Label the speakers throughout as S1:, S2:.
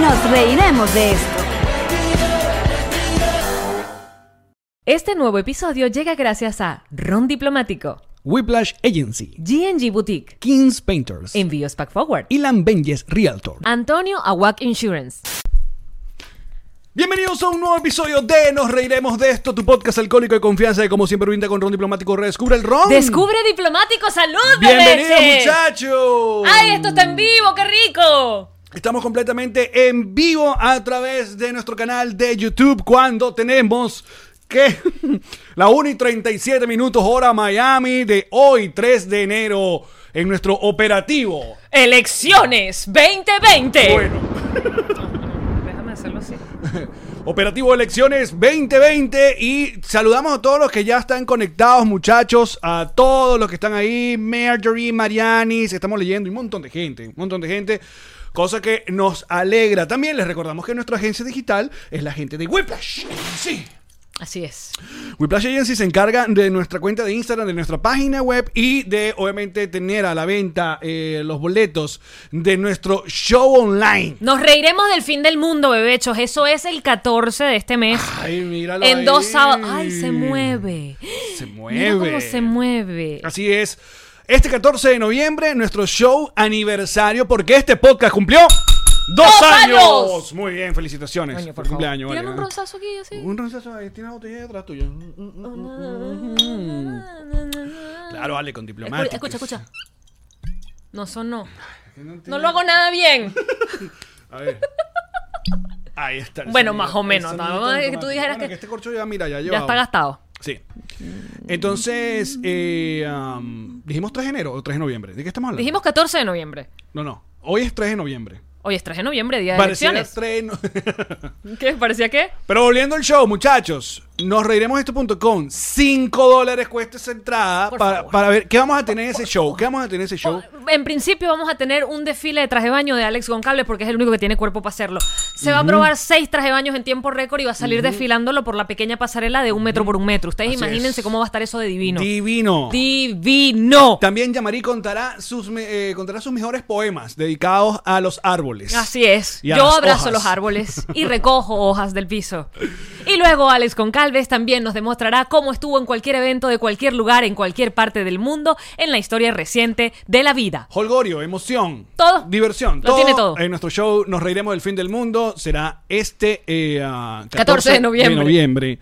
S1: Nos reiremos de esto.
S2: Este nuevo episodio llega gracias a Ron Diplomático,
S3: Whiplash Agency,
S2: G&G Boutique,
S3: Kings Painters,
S2: Envíos Pack Forward,
S3: Ilan Benjes Realtor.
S2: Antonio Awac Insurance.
S3: Bienvenidos a un nuevo episodio de Nos Reiremos de Esto, tu podcast alcohólico de confianza que como siempre brinda con Ron Diplomático. Redescubre el Ron.
S2: Descubre Diplomático Salud,
S3: Bienvenidos
S2: bebeches!
S3: muchachos.
S2: ¡Ay, esto está en vivo! ¡Qué rico!
S3: Estamos completamente en vivo a través de nuestro canal de YouTube cuando tenemos que la 1 y 37 minutos hora Miami de hoy 3 de enero en nuestro operativo.
S2: ¡Elecciones 2020!
S4: Déjame hacerlo así.
S3: Operativo Elecciones 2020 y saludamos a todos los que ya están conectados, muchachos, a todos los que están ahí, Marjorie, Marianis, estamos leyendo y un montón de gente, un montón de gente, cosa que nos alegra. También les recordamos que nuestra agencia digital es la gente de Whiplash. Sí.
S2: Así es.
S3: Whiplash Agency se encarga de nuestra cuenta de Instagram, de nuestra página web y de obviamente tener a la venta eh, los boletos de nuestro show online.
S2: Nos reiremos del fin del mundo, bebechos. Eso es el 14 de este mes.
S3: Ay, míralo
S2: en dos
S3: ahí.
S2: sábados. ¡Ay, se mueve!
S3: Se mueve.
S2: Mira cómo se mueve.
S3: Así es. Este 14 de noviembre, nuestro show aniversario, porque este podcast cumplió dos,
S2: ¡Dos
S3: años!
S2: años!
S3: Muy bien, felicitaciones.
S2: Coño, por
S3: por cumpleaños,
S2: Tírame un
S3: vale.
S2: ronzazo aquí, así.
S3: Un ronzazo ahí, tiene una botella detrás tuya. Claro, vale, con diplomáticos.
S2: Escu- Escucha, escucha. No sonó.
S3: No, tiene-
S2: No lo hago nada bien.
S3: A ver. Ahí está. el
S2: Bueno,
S3: sonido,
S2: más o
S3: el
S2: menos,
S3: sonido
S2: nada más que tú
S3: diplomático.
S2: dijeras
S3: Bueno,
S2: que-
S3: Este corcho ya, mira, ya
S2: Ya
S3: llevaba.
S2: está gastado.
S3: Sí. Entonces, eh, am, dijimos 3 de enero o 3 de noviembre. ¿De qué estamos hablando?
S2: Dijimos 14 de noviembre.
S3: No, no. Hoy es 3 de noviembre.
S2: Hoy es 3 de noviembre, día de
S3: Pareciera
S2: elecciones.
S3: 3 de no-
S2: ¿Qué? ¿Parecía qué?
S3: Pero volviendo al show, muchachos, nos reiremos esto.com. 5 dólares cuesta esa entrada
S2: Por
S3: para,
S2: favor.
S3: para ver qué vamos a tener en ese show. ¿Qué vamos a tener en ese show?
S2: Oh, En principio vamos a tener un desfile de traje de baño de Alex Goncalves porque es el único que tiene cuerpo para hacerlo. Se va a probar seis traje de baños en tiempo récord y va a salir desfilándolo por la pequeña pasarela de un metro por un metro. Ustedes
S3: Así
S2: imagínense
S3: es.
S2: cómo va a estar eso de divino.
S3: Divino.
S2: Divino.
S3: También Yamari contará sus, me- eh, contará sus mejores poemas dedicados a los árboles.
S2: Así es.
S3: Y a
S2: Yo
S3: las
S2: abrazo
S3: hojas.
S2: los árboles y recojo hojas del piso. Y luego Alex Concalves también nos demostrará cómo estuvo en cualquier evento de cualquier lugar, en cualquier parte del mundo, en la historia reciente de la vida.
S3: Holgorio, emoción.
S2: Todo.
S3: Diversión.
S2: Lo tiene todo.
S3: En nuestro show Nos Reiremos del Fin del Mundo será este eh, ah, 14,
S2: 14 de noviembre.
S3: noviembre.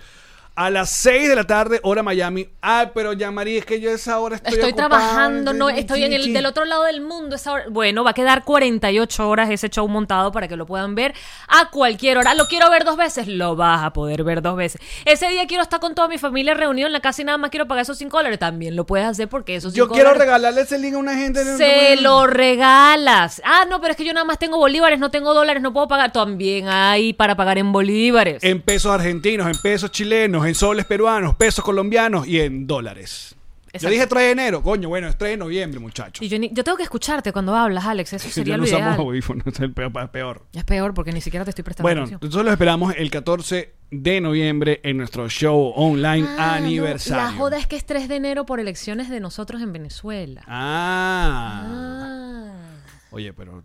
S3: A las 6 de la tarde, hora Miami. Ay, pero ya, María, es que yo a esa hora estoy
S2: Estoy,
S3: ocupado.
S2: trabajando, no,
S3: Sí,
S2: estoy en
S3: sí.
S2: el, del otro lado del mundo. esa hora- Bueno, va a quedar 48 horas ese show montado para que lo puedan ver a cualquier hora. Lo quiero ver dos veces, lo vas a poder ver dos veces. Ese día quiero estar con toda mi familia reunido en la casa y nada más quiero pagar esos 5 dólares. También lo puedes hacer porque esos 5
S3: Yo quiero regalarle ese link a una gente.
S2: Se lo regalas. Ah, no, pero es que yo nada más tengo bolívares, no tengo dólares, no puedo pagar. También hay para pagar en bolívares.
S3: En pesos argentinos, en pesos chilenos, en soles peruanos, pesos colombianos y en dólares. Yo
S2: Exacto.
S3: dije 3 de enero, coño, bueno, es 3 de noviembre, muchachos.
S2: Y yo, ni- yo tengo que escucharte cuando hablas, Alex. Eso sería
S3: ya no
S2: lo ideal.
S3: usamos audífonos, es el peor- peor.
S2: Es peor porque ni siquiera te estoy prestando
S3: Bueno,
S2: atención.
S3: nosotros lo esperamos el 14 de noviembre en nuestro show online
S2: Ah, no,
S3: aniversario.
S2: la joda es que es 3 de enero por elecciones de nosotros en Venezuela.
S3: Ah.
S2: Ah.
S3: Oye, pero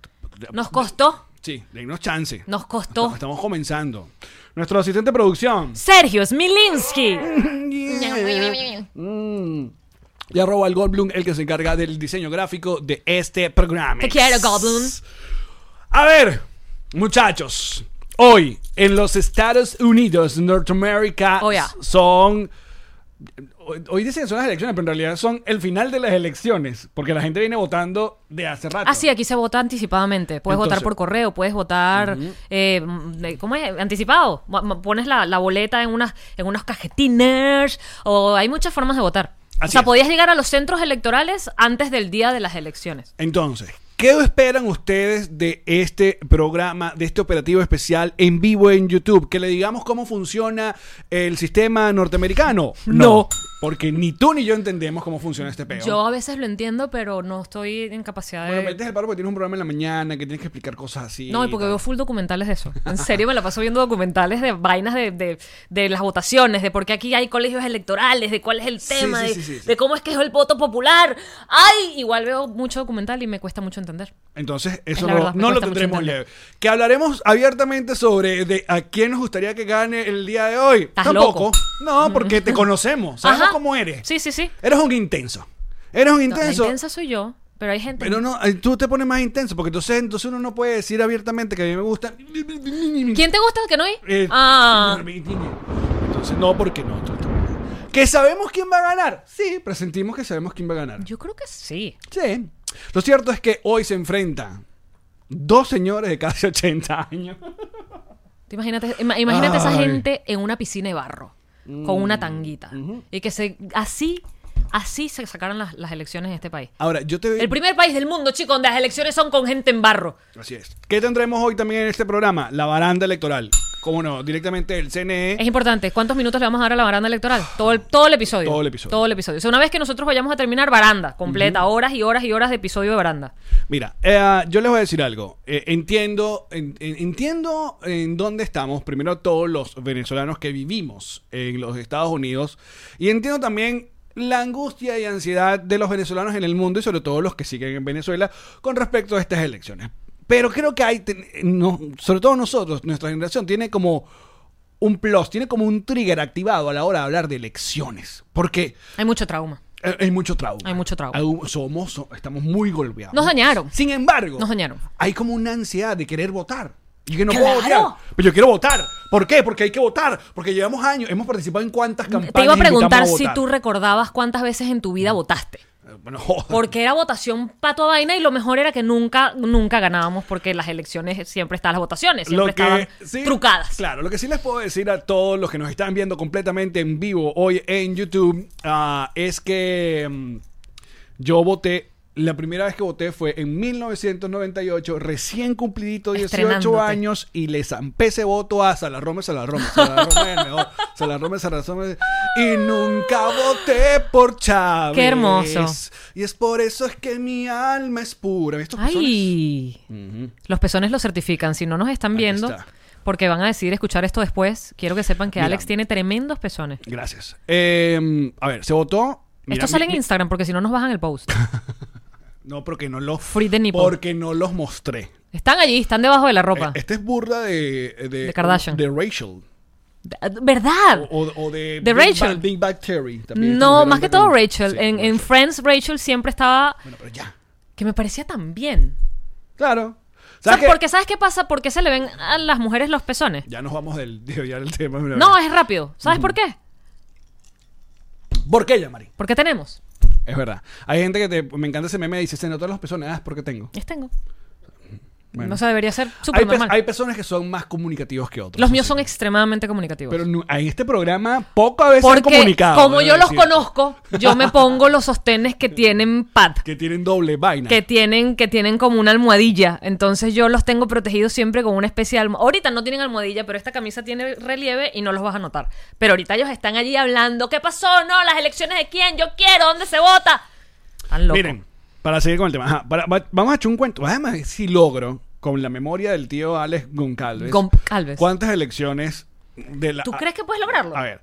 S2: Nos costó,
S3: sí, denos chance.
S2: nos costó.
S3: Estamos, estamos comenzando. Nuestro asistente de producción.
S2: Sergio Smilinski.
S3: Mm. Y arroba al Goldblum, el que se encarga del diseño gráfico de este programa.
S2: Te quiero, Goblin.
S3: A ver, muchachos. Hoy, en los Estados Unidos, Norteamérica,
S2: Oh, yeah.
S3: son hoy- Hoy dicen que son las elecciones, pero en realidad son el final de las elecciones, porque la gente viene votando de hace rato.
S2: Ah, sí, aquí se vota anticipadamente. Puedes votar
S3: Entonces-
S2: por correo, puedes votar. eh, mm, ¿Cómo es? Anticipado. Ma- ma- Pones la, la boleta en unas, en unos cajetines. O hay muchas formas de votar. o
S3: Así
S2: sea,
S3: es.
S2: podías llegar a los centros electorales antes del día de las elecciones.
S3: Entonces, ¿qué esperan ustedes de este programa, de este operativo especial en vivo en YouTube? Que le digamos cómo funciona el sistema norteamericano.
S2: No.
S3: Porque ni tú ni yo entendemos cómo funciona este peo.
S2: Yo a veces lo entiendo, pero no estoy en capacidad
S3: Bueno,
S2: de.
S3: metes el paro porque tienes un programa en la mañana que tienes que explicar cosas así.
S2: No, y porque
S3: tal.
S2: veo full documentales de eso. En serio, me la paso viendo documentales de vainas de, de- de las votaciones, de por qué aquí hay colegios electorales, de cuál es el
S3: Sí,
S2: tema,
S3: sí,
S2: de,
S3: sí, sí, sí.
S2: de cómo es que es el voto popular. ¡Ay! Igual veo mucho documental y me cuesta mucho entender.
S3: Entonces,
S2: Es
S3: eso
S2: la
S3: no,
S2: verdad, me
S3: no lo
S2: cuesta mucho
S3: tendremos
S2: entender.
S3: leve. Que hablaremos abiertamente sobre de a quién nos gustaría que gane el día de hoy.
S2: Estás
S3: Tampoco.
S2: loco.
S3: No, porque te conocemos. Sabemos
S2: Ajá.
S3: cómo eres.
S2: Sí, sí, sí.
S3: Eres un intenso. Eres un
S2: No, la
S3: intenso.
S2: intensa soy yo, pero hay gente.
S3: pero no, eh, tú te pones más intenso, porque entonces, entonces uno no puede decir abiertamente que a mí me gusta.
S2: ¿Quién te gusta que no hay?
S3: Eh,
S2: ah.
S3: Entonces, no, porque no. tú- tú- Que sabemos quién va a ganar. Sí, presentimos que sabemos quién va a ganar.
S2: Yo creo que sí.
S3: Sí. Lo cierto es que hoy se enfrentan dos señores de casi 80 años.
S2: Te Imagínate, ima- imagínate esa
S3: Ay. Mm,
S2: gente en una piscina de barro, con una tanguita. Y que se así, así se sacaron las, las elecciones en este país.
S3: Ahora, yo te
S2: El primer país del mundo, chicos, donde las elecciones son con gente en barro.
S3: Así es. ¿Qué tendremos hoy también en este programa? La baranda electoral. Cómo no, directamente del CNE.
S2: Es importante. ¿Cuántos minutos le vamos a dar a la baranda electoral? Todo el, todo el episodio.
S3: Ah. Todo el episodio.
S2: Todo el episodio. O sea, una vez que nosotros vayamos a terminar, baranda completa. Horas y horas y horas de episodio de baranda.
S3: Mira, eh, yo les voy a decir algo. Eh, entiendo, en- en- entiendo en dónde estamos. Primero todos los venezolanos que vivimos en los Estados Unidos. Y entiendo también la angustia y ansiedad de los venezolanos en el mundo y sobre todo los que siguen en Venezuela con respecto a estas elecciones. Pero creo que hay, ten- no- sobre todo nosotros, nuestra generación tiene como un plus, tiene como un trigger activado a la hora de hablar de elecciones. Porque
S2: Hay mucho trauma.
S3: eh, hay mucho trauma.
S2: Hay mucho trauma.
S3: Au- Somos, so- estamos muy golpeados.
S2: Nos dañaron.
S3: Sin embargo,
S2: Nos dañaron.
S3: Hay como una ansiedad de querer votar. Y que no puedo
S2: ¡Claro!
S3: votar. Pero yo quiero votar. ¿Por qué? Porque hay que votar. Porque llevamos años, hemos participado en cuántas campañas.
S2: Te iba a preguntar
S3: invitamos a
S2: si
S3: votar.
S2: tú recordabas cuántas veces en tu vida votaste.
S3: Eh, Bueno, joder.
S2: Porque era votación pato a vaina y lo mejor era que nunca, nunca ganábamos porque las elecciones siempre estaban las votaciones, siempre
S3: Lo que
S2: estaban
S3: sí-
S2: trucadas.
S3: Claro, lo que sí les puedo decir a todos los que nos están viendo completamente en vivo hoy en YouTube ah, es que mm, yo voté. La primera vez que voté fue en 1998, recién cumplidito 18
S2: Estrenándote.
S3: años, y le zampé ese voto a Salarrome, Salarrome, Salarrome, el mejor, Salarrome, Salarrome, y nunca voté por Chávez.
S2: Qué hermoso.
S3: Y es por eso es que mi alma es pura. Estos
S2: Ay, los pezones lo certifican, si no nos están
S3: Aquí
S2: viendo,
S3: está.
S2: porque van a decidir escuchar esto después, quiero que sepan que
S3: Mira.
S2: Alex tiene tremendos pezones.
S3: Gracias. Eh, a ver, se votó. Mira,
S2: esto sale
S3: mi-
S2: en Instagram porque si no nos bajan el post.
S3: No, porque no los.
S2: Free the nipple.
S3: Porque no los mostré.
S2: Están allí, están debajo de la ropa.
S3: Eh, Esta es burda de. De,
S2: De Kardashian.
S3: De Rachel. eh.
S2: Ah, ¿Verdad?
S3: O, o- o de.
S2: De
S3: Big
S2: Rachel.
S3: Bang- Big Bang Theory. Oh, también esta
S2: no,
S3: mujer
S2: más
S3: anda
S2: que todo
S3: con-
S2: Rachel.
S3: Sí,
S2: en, en
S3: Rachel.
S2: Friends Rachel siempre estaba...
S3: Bueno, pero ya.
S2: Que me parecía tan bien.
S3: Claro.
S2: ¿Sabes
S3: ¿Sabes qué?
S2: por qué? ¿Sabes qué pasa? ¿Por qué se le ven a las mujeres los pezones?
S3: Ya nos vamos del, de ya el tema. mira,
S2: No,
S3: mira.
S2: es rápido. ¿Sabes por qué?
S3: ¿Por qué, Yamari?
S2: Porque tenemos.
S3: Es verdad. Hay gente que te, me encanta ese meme y dice: Se notan las personas. Ah, es porque tengo.
S2: Les tengo.
S3: Bueno.
S2: No sé, debería ser
S3: Hay,
S2: súper
S3: pe-
S2: normal.
S3: hay personas que son más comunicativos que otros.
S2: Los míos
S3: sí.
S2: son extremadamente comunicativos.
S3: Pero no- en este programa, poco a veces han
S2: porque
S3: comunicado.
S2: como
S3: debo
S2: yo los
S3: decirte.
S2: conozco, yo me pongo los sostenes que tienen pad,
S3: Que tienen doble vaina.
S2: que tienen, que tienen como una almohadilla. Entonces yo los tengo protegidos siempre con una especie de almo- Ahorita no tienen almohadilla, pero esta camisa tiene relieve y no los vas a notar. Pero ahorita ellos están allí hablando. ¿Qué pasó? No, las elecciones de quién, yo quiero, ¿dónde se vota? Están locos.
S3: Miren, para seguir con el tema, ajá, para- va- vamos a echar un cuento. Además, si logro, con la memoria del tío Alex Goncalves,
S2: Gomp- Calves.
S3: ¿cuántas elecciones de la.
S2: ¿Tú crees que puedes lograrlo?
S3: A ver,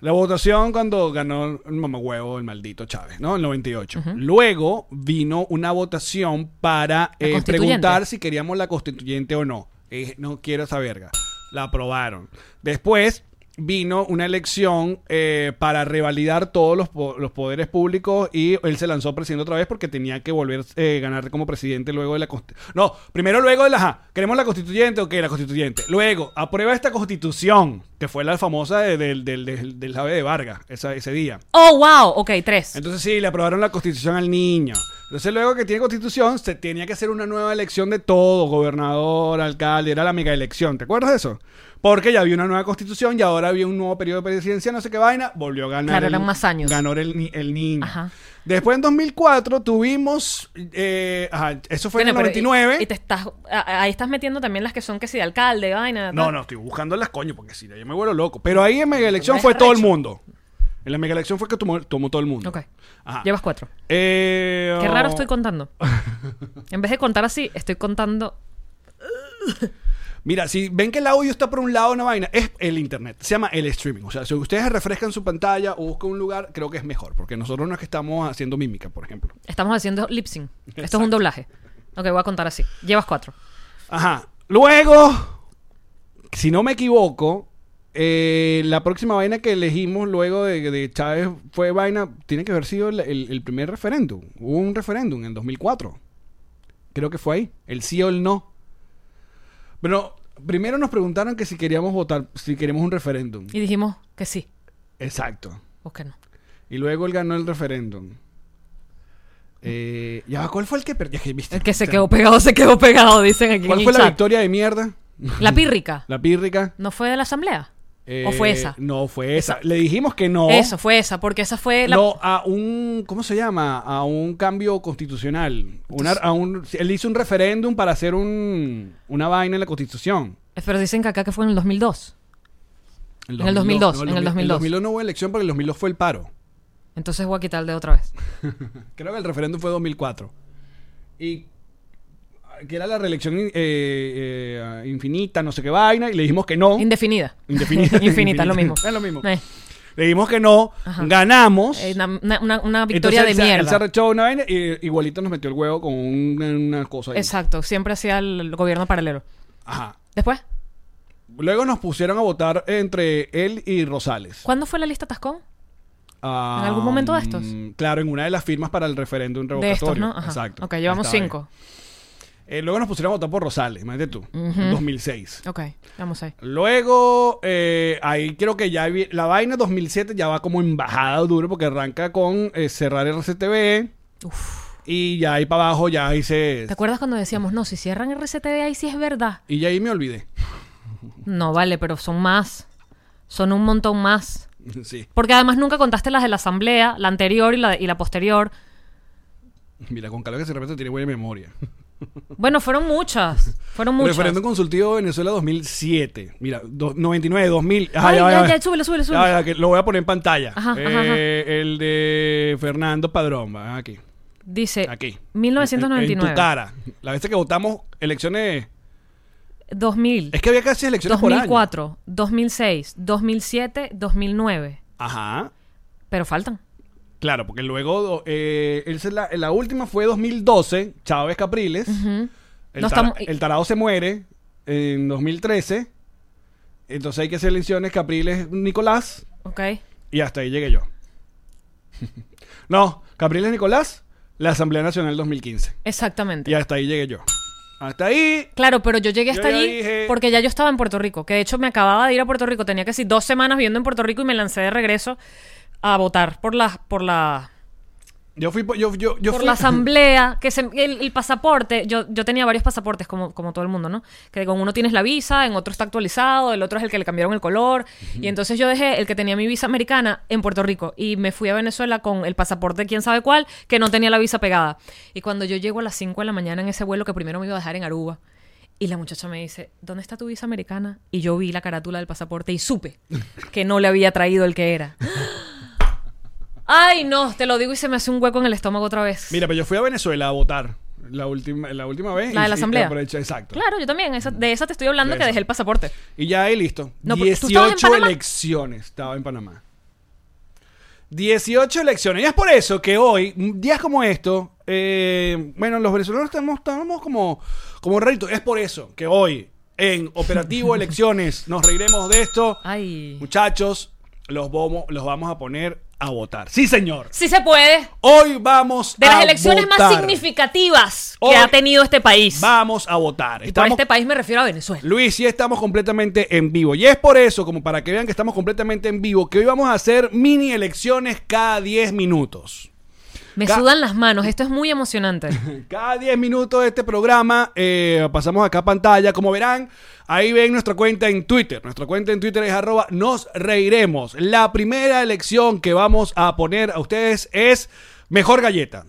S3: la votación cuando ganó el mamahuevo, el maldito Chávez, ¿no? El 98. Luego vino una votación para
S2: La
S3: eh,
S2: constituyente.
S3: preguntar si queríamos la constituyente o no. Eh, no quiero esa verga. La aprobaron. Después vino una elección eh, para revalidar todos los, po- los poderes públicos y él se lanzó presidente otra vez porque tenía que volver a ganar como presidente luego de la consti- No, primero luego de la... ajá, ¿Queremos la constituyente o qué? La constituyente. Luego, aprueba esta constitución, que fue la famosa de- del, del, del, del Jave de Vargas esa- ese día.
S2: Oh, wow. Ok, tres.
S3: Entonces sí, le aprobaron la constitución al niño. Entonces luego que tiene constitución, se tenía que hacer una nueva elección de todo, gobernador, alcalde, era la mega elección, ¿te acuerdas de eso? Porque ya había una nueva constitución y ahora había un nuevo periodo de presidencia, no sé qué vaina, volvió a ganar.
S2: Claro,
S3: el-
S2: eran más años.
S3: Ganó el, ni- el niño.
S2: Ajá.
S3: Después en 2004 tuvimos, eh, ajá, eso fue en el
S2: Bueno, pero
S3: 99.
S2: Y, y te estás, a- ahí estás metiendo también las que son que si de alcalde, vaina.
S3: No,
S2: tal.
S3: no, estoy buscando las coño, porque si no, yo me vuelvo loco. Pero ahí en mega elección
S2: Pero
S3: fue
S2: es
S3: todo el
S2: arrecho.
S3: mundo. En la mega elección fue que tomó, tomó todo el mundo.
S2: Ok.
S3: Ajá.
S2: Llevas cuatro.
S3: Eh,
S2: Qué raro
S3: oh.
S2: estoy contando. en vez de contar así, estoy contando.
S3: Mira, si ven que el audio está por un lado una vaina, es el internet, se llama el streaming. O sea, si ustedes refrescan su pantalla o buscan un lugar, creo que es mejor, porque nosotros no es que estamos haciendo mímica, por ejemplo.
S2: Estamos haciendo lip sync. Esto es
S3: Exacto.
S2: un doblaje. Ok, voy a contar así. Llevas cuatro.
S3: Ajá. Luego, si no me equivoco, eh, la próxima vaina que elegimos luego de, de Chávez fue vaina, tiene que haber sido el, el- el primer referéndum. Hubo un referéndum en el 2004. Creo que fue ahí, el sí o el no. Pero primero nos preguntaron que si queríamos votar, si queríamos un referéndum.
S2: Y dijimos que sí
S3: Exacto.
S2: o que no.
S3: Y luego él ganó el referéndum. Eh, ya, va, ¿cuál fue el que perdió?
S2: El que se quedó pegado, se quedó pegado, dicen aquí.
S3: ¿Cuál
S2: en
S3: fue
S2: el
S3: la
S2: chat.
S3: victoria de mierda?
S2: La pírrica.
S3: La pírrica.
S2: ¿No fue de la asamblea?
S3: Eh,
S2: ¿O fue esa?
S3: No, fue esa. Le dijimos que no.
S2: Eso, fue esa, porque esa fue la.
S3: No, a un. ¿Cómo se llama? A un cambio constitucional. Una- a un, él hizo un referéndum para hacer un, una vaina en la constitución.
S2: Eh, Pero dicen que acá que fue en el 2002. En el 2002,
S3: no,
S2: en el
S3: 2000
S2: 2002.
S3: En el 2001 hubo elección, pero el 2002 fue el paro.
S2: Entonces voy a quitar el dedo otra vez.
S3: Creo que el referéndum fue 2004. Y que era la reelección eh, eh, infinita, no sé qué vaina, y le dijimos que no.
S2: Indefinida.
S3: Indefinida.
S2: Infinita, es lo mismo.
S3: Es lo mismo.
S2: Eh,
S3: Le dijimos que no,
S2: Ajá.
S3: ganamos.
S2: eh, una, una- una- una victoria
S3: Entonces, él
S2: de
S3: se- él se
S2: mierda.
S3: arrechó una vaina y igualito nos metió el huevo con un- una cosa ahí.
S2: Exacto, siempre hacía el gobierno paralelo.
S3: Ajá.
S2: Después,
S3: Luego nos pusieron a votar entre él y Rosales.
S2: ¿cuándo fue la lista Tascón?
S3: Ah,
S2: ¿En algún momento de estos?
S3: mm, Claro, en una de las firmas para el referéndum
S2: De
S3: revocatorio.
S2: estos, ¿no? Ajá.
S3: Exacto.
S2: Ok, llevamos
S3: Estaba ahí.
S2: cinco.
S3: Eh, luego nos pusieron a votar por Rosales, imagínate tú, en 2006.
S2: Ok, vamos ahí.
S3: Luego, eh, ahí creo que ya vi- la vaina 2007 ya va como embajada duro porque arranca con eh, cerrar RCTV. Y ya ahí para abajo ya hice...
S2: ¿Te acuerdas cuando decíamos, no, si cierran RCTV ahí sí es verdad?
S3: Y ya ahí me olvidé.
S2: No, vale, pero son más. Son un montón más.
S3: sí.
S2: Porque además nunca contaste las de la asamblea, la anterior y la, y la posterior.
S3: Mira, con calor que se repente tiene buena memoria.
S2: Bueno, fueron muchas. Fueron muchas.
S3: Referéndum consultivo de Venezuela 2007. Mira, do- 99, 2000. Ajá,
S2: Ay,
S3: va,
S2: ya,
S3: va.
S2: ya, súbele, súbele, súbele.
S3: Ya, ya, que lo voy a poner en pantalla.
S2: Ajá, ajá,
S3: Eh, El de Fernando Padrón, va, aquí.
S2: Dice,
S3: Aquí. En,
S2: 1999.
S3: en tu cara. La vez que votamos elecciones...
S2: 2000.
S3: Es que había casi elecciones por año.
S2: 2004, 2006, 2007, 2009.
S3: Ajá.
S2: Pero faltan.
S3: Claro, porque luego eh, él se la, la última fue 2012, Chávez Capriles. el,
S2: No
S3: tara-
S2: estamos-
S3: el tarado se muere en 2013. Entonces hay que hacer elecciones Capriles Nicolás
S2: Ok.
S3: y hasta ahí llegué yo. no, Capriles Nicolás, la Asamblea Nacional 2015
S2: Exactamente.
S3: y hasta ahí llegué yo. Hasta ahí
S2: Claro, pero yo llegué
S3: Yo
S2: hasta
S3: ya
S2: allí
S3: dije-
S2: porque ya yo estaba en Puerto Rico. Que de hecho me acababa de ir a Puerto Rico. Tenía casi dos semanas viviendo en Puerto Rico y me lancé de regreso a votar por la, por la,
S3: yo fui po- yo yo yo
S2: por
S3: fui-
S2: la asamblea. que se- el, el pasaporte. Yo, yo tenía varios pasaportes, como, como todo el mundo, ¿no? Que con uno tienes la visa, en otro está actualizado, el otro es el que le cambiaron el color. Y entonces yo dejé el que tenía mi visa americana en Puerto Rico. Y me fui a Venezuela con el pasaporte, quién sabe cuál, que no tenía la visa pegada. Y cuando yo llego a las 5 de la mañana en ese vuelo que primero me iba a dejar en Aruba. Y la muchacha me dice, ¿dónde está tu visa americana? Y yo vi la carátula del pasaporte y supe que no le había traído el que era. Ay, no, te lo digo y se me hace un hueco en el estómago otra vez.
S3: Mira, pero yo fui a Venezuela a votar la última la última vez
S2: La
S3: y-
S2: de la
S3: y
S2: Asamblea.
S3: aproveché- exacto.
S2: Claro, yo también. esa- de esa te estoy hablando
S3: De
S2: que
S3: esa.
S2: dejé el pasaporte.
S3: Y ya ahí listo.
S2: No, pero ¿tú estabas en
S3: 18
S2: Panamá?
S3: elecciones. Estaba en Panamá. 18 elecciones. Y es por eso que hoy, m- días como estos, eh, bueno, los venezolanos estamos, estamos como, como raritos. Es por eso que hoy en Operativo Elecciones. Nos reiremos de esto.
S2: Ay.
S3: Muchachos, los, vamos, los vamos a poner a votar. Sí, señor.
S2: Sí se puede.
S3: Hoy vamos
S2: De
S3: a
S2: las elecciones más
S3: votar.
S2: significativas que
S3: Hoy-
S2: ha tenido este país.
S3: Vamos a votar.
S2: y por
S3: Estamos-
S2: este país me refiero a Venezuela.
S3: Luis, sí estamos completamente en vivo. Y es por eso, como para que vean que estamos completamente en vivo, que hoy vamos a hacer mini elecciones cada 10 minutos.
S2: Me
S3: Ca-
S2: sudan las manos, esto es muy emocionante.
S3: Cada 10 minutos de este programa eh, pasamos acá a pantalla. Como verán, ahí ven nuestra cuenta en Twitter. Nuestra cuenta en Twitter es arroba nos reiremos. La primera elección que vamos a poner a ustedes es mejor galleta.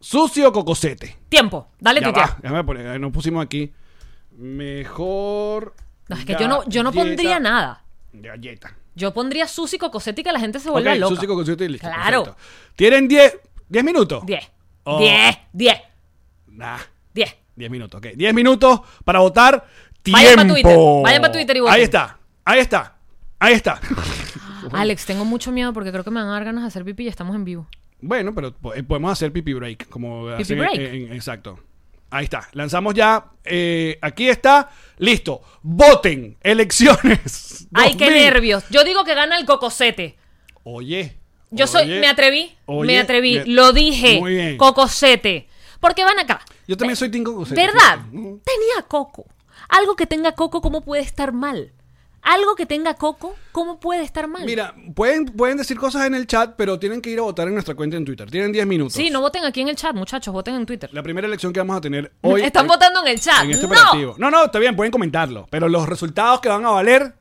S3: Sucio cocosete.
S2: Tiempo, dale
S3: ya
S2: tú ya.
S3: va, déjame poner, ahí nos pusimos aquí. Mejor.
S2: No, es que yo no, yo no
S3: galleta-
S2: pondría nada.
S3: Galleta.
S2: Yo pondría Susi Cocosetti y que la gente se vuelva
S3: Ok,
S2: loca.
S3: Susi Cocosete y listo,
S2: Claro.
S3: perfecto. Tienen 10 10 minutos.
S2: 10.
S3: Oh.
S2: 10, 10,
S3: Nah,
S2: 10.
S3: 10 minutos, ok. 10 minutos para votar.
S2: Vayan pa'
S3: Tiempo.
S2: Twitter, vayan pa' Twitter y voten.
S3: Ahí está. Ahí está. Ahí está.
S2: Alex, tengo mucho miedo porque creo que me van a dar ganas de hacer pipí y estamos en vivo.
S3: bueno, pero po- eh, podemos hacer pipi break. Como hacen en-
S2: break.
S3: en- exacto. Ahí está. Lanzamos ya. Eh, aquí está. Listo. Voten. Elecciones.
S2: Ay, qué
S3: 2000.
S2: nervios. Yo digo que gana el Cocosete.
S3: Oye.
S2: Yo soy,
S3: oye,
S2: me atreví,
S3: oye,
S2: me atreví,
S3: me-
S2: lo dije,
S3: Muy bien.
S2: cocosete. Porque van acá.
S3: Yo también soy Team Cocosete.
S2: ¿Verdad?
S3: Mm.
S2: Tenía coco. Algo que tenga coco, ¿cómo puede estar mal? Algo que tenga coco, ¿cómo puede estar mal?
S3: Mira, pueden, pueden decir cosas en el chat, pero tienen que ir a votar en nuestra cuenta en Twitter. Tienen 10 minutos.
S2: Sí, no voten aquí en el chat, muchachos, voten en Twitter.
S3: La primera elección que vamos a tener hoy.
S2: Están
S3: en-
S2: votando en el chat.
S3: en este
S2: no,
S3: operativo. No, no, está bien, pueden comentarlo. Pero los resultados que van a valer.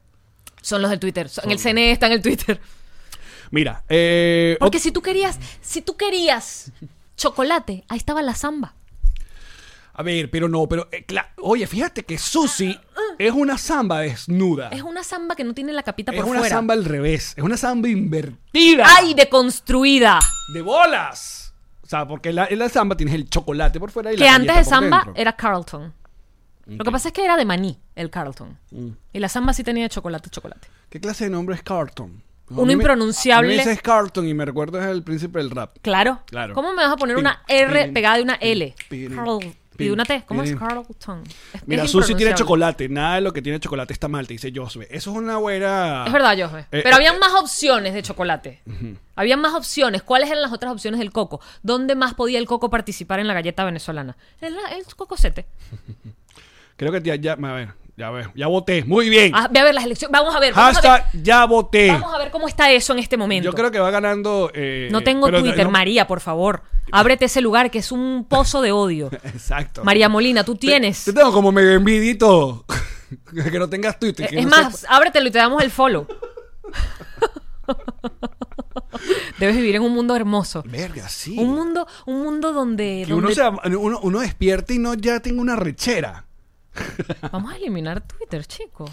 S2: son los del Twitter. son- En el CNE está en el Twitter.
S3: Mira, eh,
S2: Porque
S3: op-
S2: si tú querías, si tú querías chocolate, ahí estaba la samba.
S3: a ver, pero no, pero. eh, cla- Oye, fíjate que Susi es una samba desnuda.
S2: Ah, Es una samba que no tiene la capita
S3: Es
S2: por
S3: una
S2: fuera.
S3: samba al revés. Es una samba invertida.
S2: ¡Ay, deconstruida!
S3: ¡De bolas! O sea, porque la, en la samba tienes el chocolate por fuera y la
S2: Que antes
S3: galleta
S2: de
S3: por
S2: samba
S3: dentro.
S2: era Carlton. Lo que pasa es que era de maní, el Carlton.
S3: Mm.
S2: Y la samba sí tenía chocolate, chocolate.
S3: ¿Qué clase de nombre es Carlton? A
S2: Uno
S3: mí me-
S2: impronunciable.
S3: a mí Me, dices Carlton y me recuerdo es el príncipe del rap.
S2: Claro.
S3: Claro.
S2: ¿Cómo me vas a poner una
S3: Pin,
S2: R
S3: pin,
S2: pegada de una
S3: pin,
S2: L?
S3: pin,
S2: Carl- Y
S3: pin,
S2: una T. ¿Cómo es
S3: pin.
S2: Carlton? Es-
S3: Mira,
S2: es
S3: Susi tiene
S2: impronunciable.
S3: chocolate. Nada de lo que tiene chocolate está mal, te dice Josue. Eso es una buena.
S2: Es verdad, José.
S3: Eh,
S2: Pero
S3: eh,
S2: habían más opciones de chocolate. Habían más opciones. ¿Cuáles eran las otras opciones del coco? ¿Dónde más podía el coco participar en la galleta venezolana? El, el cocosete.
S3: Creo que ya, ya- a ver, ya ver, ya voté. Muy bien.
S2: Ah, ve a ver las elecciones. Vamos a ver. Vamos a ver,
S3: Hashtag ya voté.
S2: vamos a ver cómo está eso en este momento.
S3: Yo creo que va ganando. eh,
S2: No tengo
S3: pero-
S2: Twitter,
S3: no-
S2: María, por favor. Ábrete ese lugar que es un pozo de odio.
S3: Exacto.
S2: María Molina, tú
S3: Te-
S2: tienes.
S3: Te, tengo como medio envidito. que no tengas Twitter. que
S2: es
S3: no
S2: más,
S3: sepa-
S2: ábretelo y te damos el follow. Debes vivir en un mundo hermoso.
S3: Verga, sí.
S2: Un mundo, un mundo donde,
S3: que uno,
S2: donde-
S3: se am- uno, uno despierta y no ya tengo una rechera.
S2: vamos a eliminar Twitter, chico.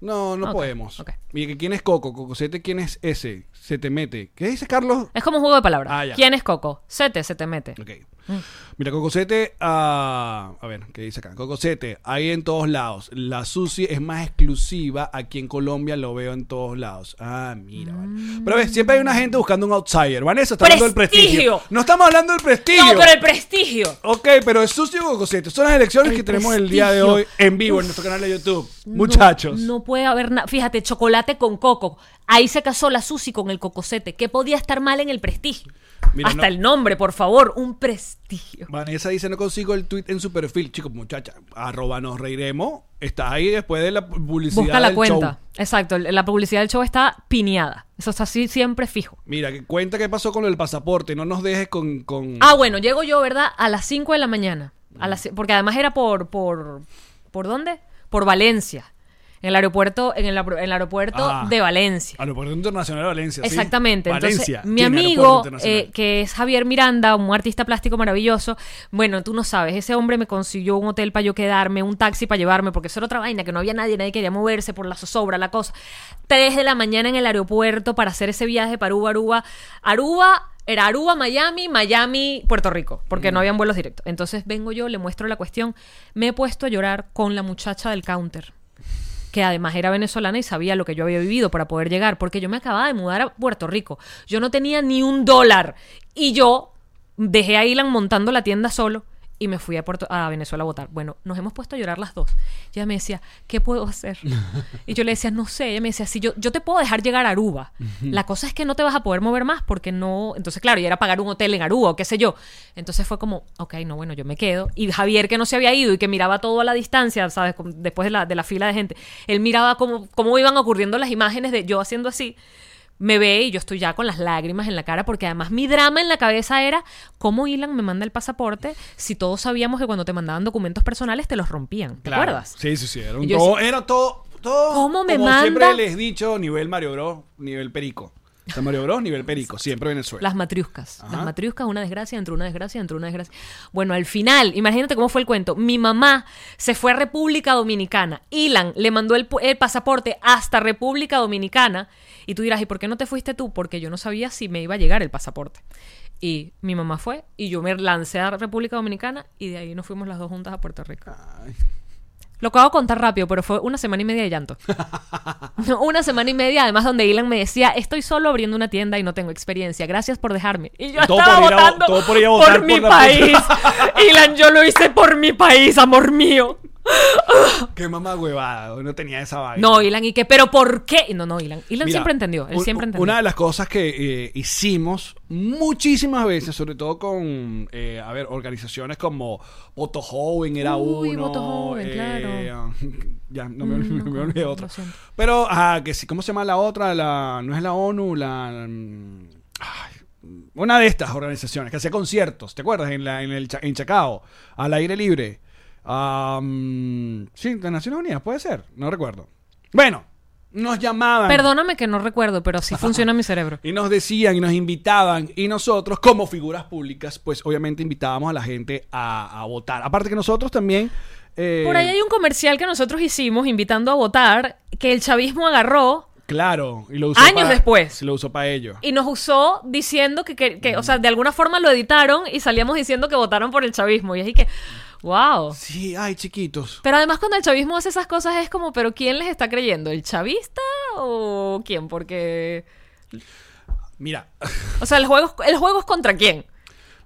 S3: No, no
S2: Ok,
S3: podemos.
S2: ok.
S3: Y que ¿quién es Coco? Cocosete, ¿quién es ese? Se te mete. ¿Qué dice Carlos?
S2: Es como un juego de palabras.
S3: Ah, ya.
S2: ¿Quién es Coco? Sete, se te mete.
S3: Ok.
S2: Mm.
S3: Mira, Cocosete, ah, a ver, ¿qué dice acá? Cocosete, ahí en todos lados. La Susi es más exclusiva, aquí en Colombia lo veo en todos lados. Ah, mira,
S2: Mm.
S3: vale. Pero ves, siempre hay una gente buscando un outsider. Vanessa, está hablando del prestigio.
S2: ¡Prestigio!
S3: No estamos hablando del prestigio.
S2: No, pero el prestigio.
S3: Ok, pero es Susi o Cocosete. Son las elecciones
S2: El
S3: que tenemos el día de
S2: prestigio.
S3: hoy en vivo en nuestro canal de YouTube. Muchachos.
S2: No, no puede haber nada. Fíjate, chocolate con coco. Ahí se casó la Susi con el cocosete. ¿Qué podía estar mal en el prestigio?
S3: Mira,
S2: Hasta
S3: no-
S2: el nombre, por favor. Un prestigio.
S3: Vanessa dice, no consigo el tweet en su perfil. Chicos, muchacha, arroba nos reiremos. Está ahí después de la publicidad
S2: Busca la
S3: del
S2: cuenta.
S3: show.
S2: Exacto. La publicidad del show está pineada. Eso está así siempre fijo.
S3: Mira, que cuenta qué pasó con el pasaporte. No nos dejes con... con...
S2: Ah, bueno, llego yo, ¿verdad? A las 5 de la mañana. A las, ci- porque además era por, por. ¿Por dónde? Por Valencia. En el aeropuerto, en el, aeropu- en el aeropuerto
S3: Ah.
S2: de Valencia.
S3: Aeropuerto Internacional de Valencia. ¿sí?
S2: Exactamente.
S3: Valencia.
S2: Entonces, mi
S3: tiene aeropuerto
S2: amigo,
S3: internacional.
S2: eh, que es Javier Miranda, un artista plástico maravilloso, bueno, tú no sabes, ese hombre me consiguió un hotel para yo quedarme, un taxi para llevarme, porque eso era otra vaina, que no había nadie, nadie quería moverse por la zozobra, la cosa. Tres de la mañana en el aeropuerto para hacer ese viaje para Aruba, Aruba. Aruba. Era Aruba, Miami, Miami, Puerto Rico, porque
S3: Mm.
S2: no habían vuelos directos. Entonces vengo yo, le muestro la cuestión. Me he puesto a llorar con la muchacha del counter que además era venezolana y sabía lo que yo había vivido para poder llegar, porque yo me acababa de mudar a Puerto Rico. Yo no tenía ni un dólar y yo dejé a Ilan montando la tienda solo y me fui a, Puerto, a Venezuela a votar. Bueno, nos hemos puesto a llorar las dos. Y ella me decía, ¿qué puedo hacer? Y yo le decía, no sé. Ella me decía, sí, yo, yo te puedo dejar llegar a Aruba. La cosa es que no te vas a poder mover más porque no... Entonces, claro, y era pagar un hotel en Aruba o qué sé yo. Entonces fue como, ok, no, bueno, yo me quedo. Y Javier, que no se había ido y que miraba todo a la distancia, ¿sabes? Como Después de la, de la fila de gente. Él miraba cómo, cómo iban ocurriendo las imágenes de yo haciendo así me ve y yo estoy ya con las lágrimas en la cara porque además mi drama en la cabeza era cómo Ilan me manda el pasaporte si todos sabíamos que cuando te mandaban documentos personales te los rompían, ¿te
S3: Claro.
S2: acuerdas?
S3: Sí, sí, sí. Era, un
S2: Y yo
S3: todo,
S2: decía-
S3: era todo, todo.
S2: ¿Cómo me
S3: como
S2: manda?
S3: siempre les he dicho, nivel Mario Bros, nivel Perico. O sea, Mario Bros, nivel Perico. Siempre Venezuela.
S2: Las matriuscas.
S3: Ajá.
S2: Las matriuscas, una desgracia, entre una desgracia, entre una desgracia. Bueno, al final, imagínate cómo fue el cuento. Mi mamá se fue a República Dominicana. Ilan le mandó el, pu- el pasaporte hasta República Dominicana. Y tú dirás, ¿y por qué no te fuiste tú? Porque yo no sabía si me iba a llegar el pasaporte. Y mi mamá fue y yo me lancé a República Dominicana y de ahí nos fuimos las dos juntas a Puerto Rico. Lo acabo de contar rápido, pero fue una semana y media de llanto. una semana y media, además, donde Ilan me decía, estoy solo abriendo una tienda y no tengo experiencia. Gracias por dejarme. Y yo
S3: Y todo
S2: estaba
S3: por ir a vo-
S2: votando
S3: todo por
S2: por,
S3: ir a votar por
S2: mi
S3: la
S2: país. Ilan, yo lo hice por mi país, amor mío.
S3: Qué mamá huevada. No tenía esa vaina.
S2: No, Ilan, ¿y qué? ¿Pero por qué? No, no, Ilan. Ilan
S3: Mira,
S2: siempre entendió. Él
S3: un-
S2: siempre entendió.
S3: Una de las cosas que eh, hicimos muchísimas veces, sobre todo con, eh, a ver, organizaciones como Voto Joven era
S2: Uy,
S3: uno. eh,
S2: Voto Joven, claro.
S3: Ya, no me, ol-
S2: Mm, no,
S3: me olvidé
S2: lo
S3: otra.
S2: siento.
S3: Pero, ah, que sí, ¿cómo se llama la otra? La, no es la ONU, la... mm, ay, una de estas organizaciones que hacía conciertos, ¿te acuerdas? En, la, en, el, Cha- en Chacao, al aire libre. Ah, mm, sí, de Naciones Unidas, puede ser, no recuerdo. Bueno, nos llamaban.
S2: Perdóname que no recuerdo, pero sí funciona mi cerebro.
S3: Y nos decían y nos invitaban. Y nosotros, como figuras públicas, pues obviamente invitábamos a la gente a, a votar. Aparte que nosotros también. eh,
S2: Por ahí hay un comercial que nosotros hicimos invitando a votar que el chavismo agarró
S3: Claro, y lo usó
S2: Años
S3: para-
S2: después.
S3: sí, Lo usó para ellos.
S2: y nos usó diciendo que, que, que, o sea, de alguna forma lo editaron y salíamos diciendo que votaron por el chavismo. Y así que, wow.
S3: Sí, ay, chiquitos.
S2: Pero además cuando el chavismo hace esas cosas es como, pero ¿quién les está creyendo? ¿El chavista o quién? Porque,
S3: Mira,
S2: o sea, el juego, es- el juego es contra quién.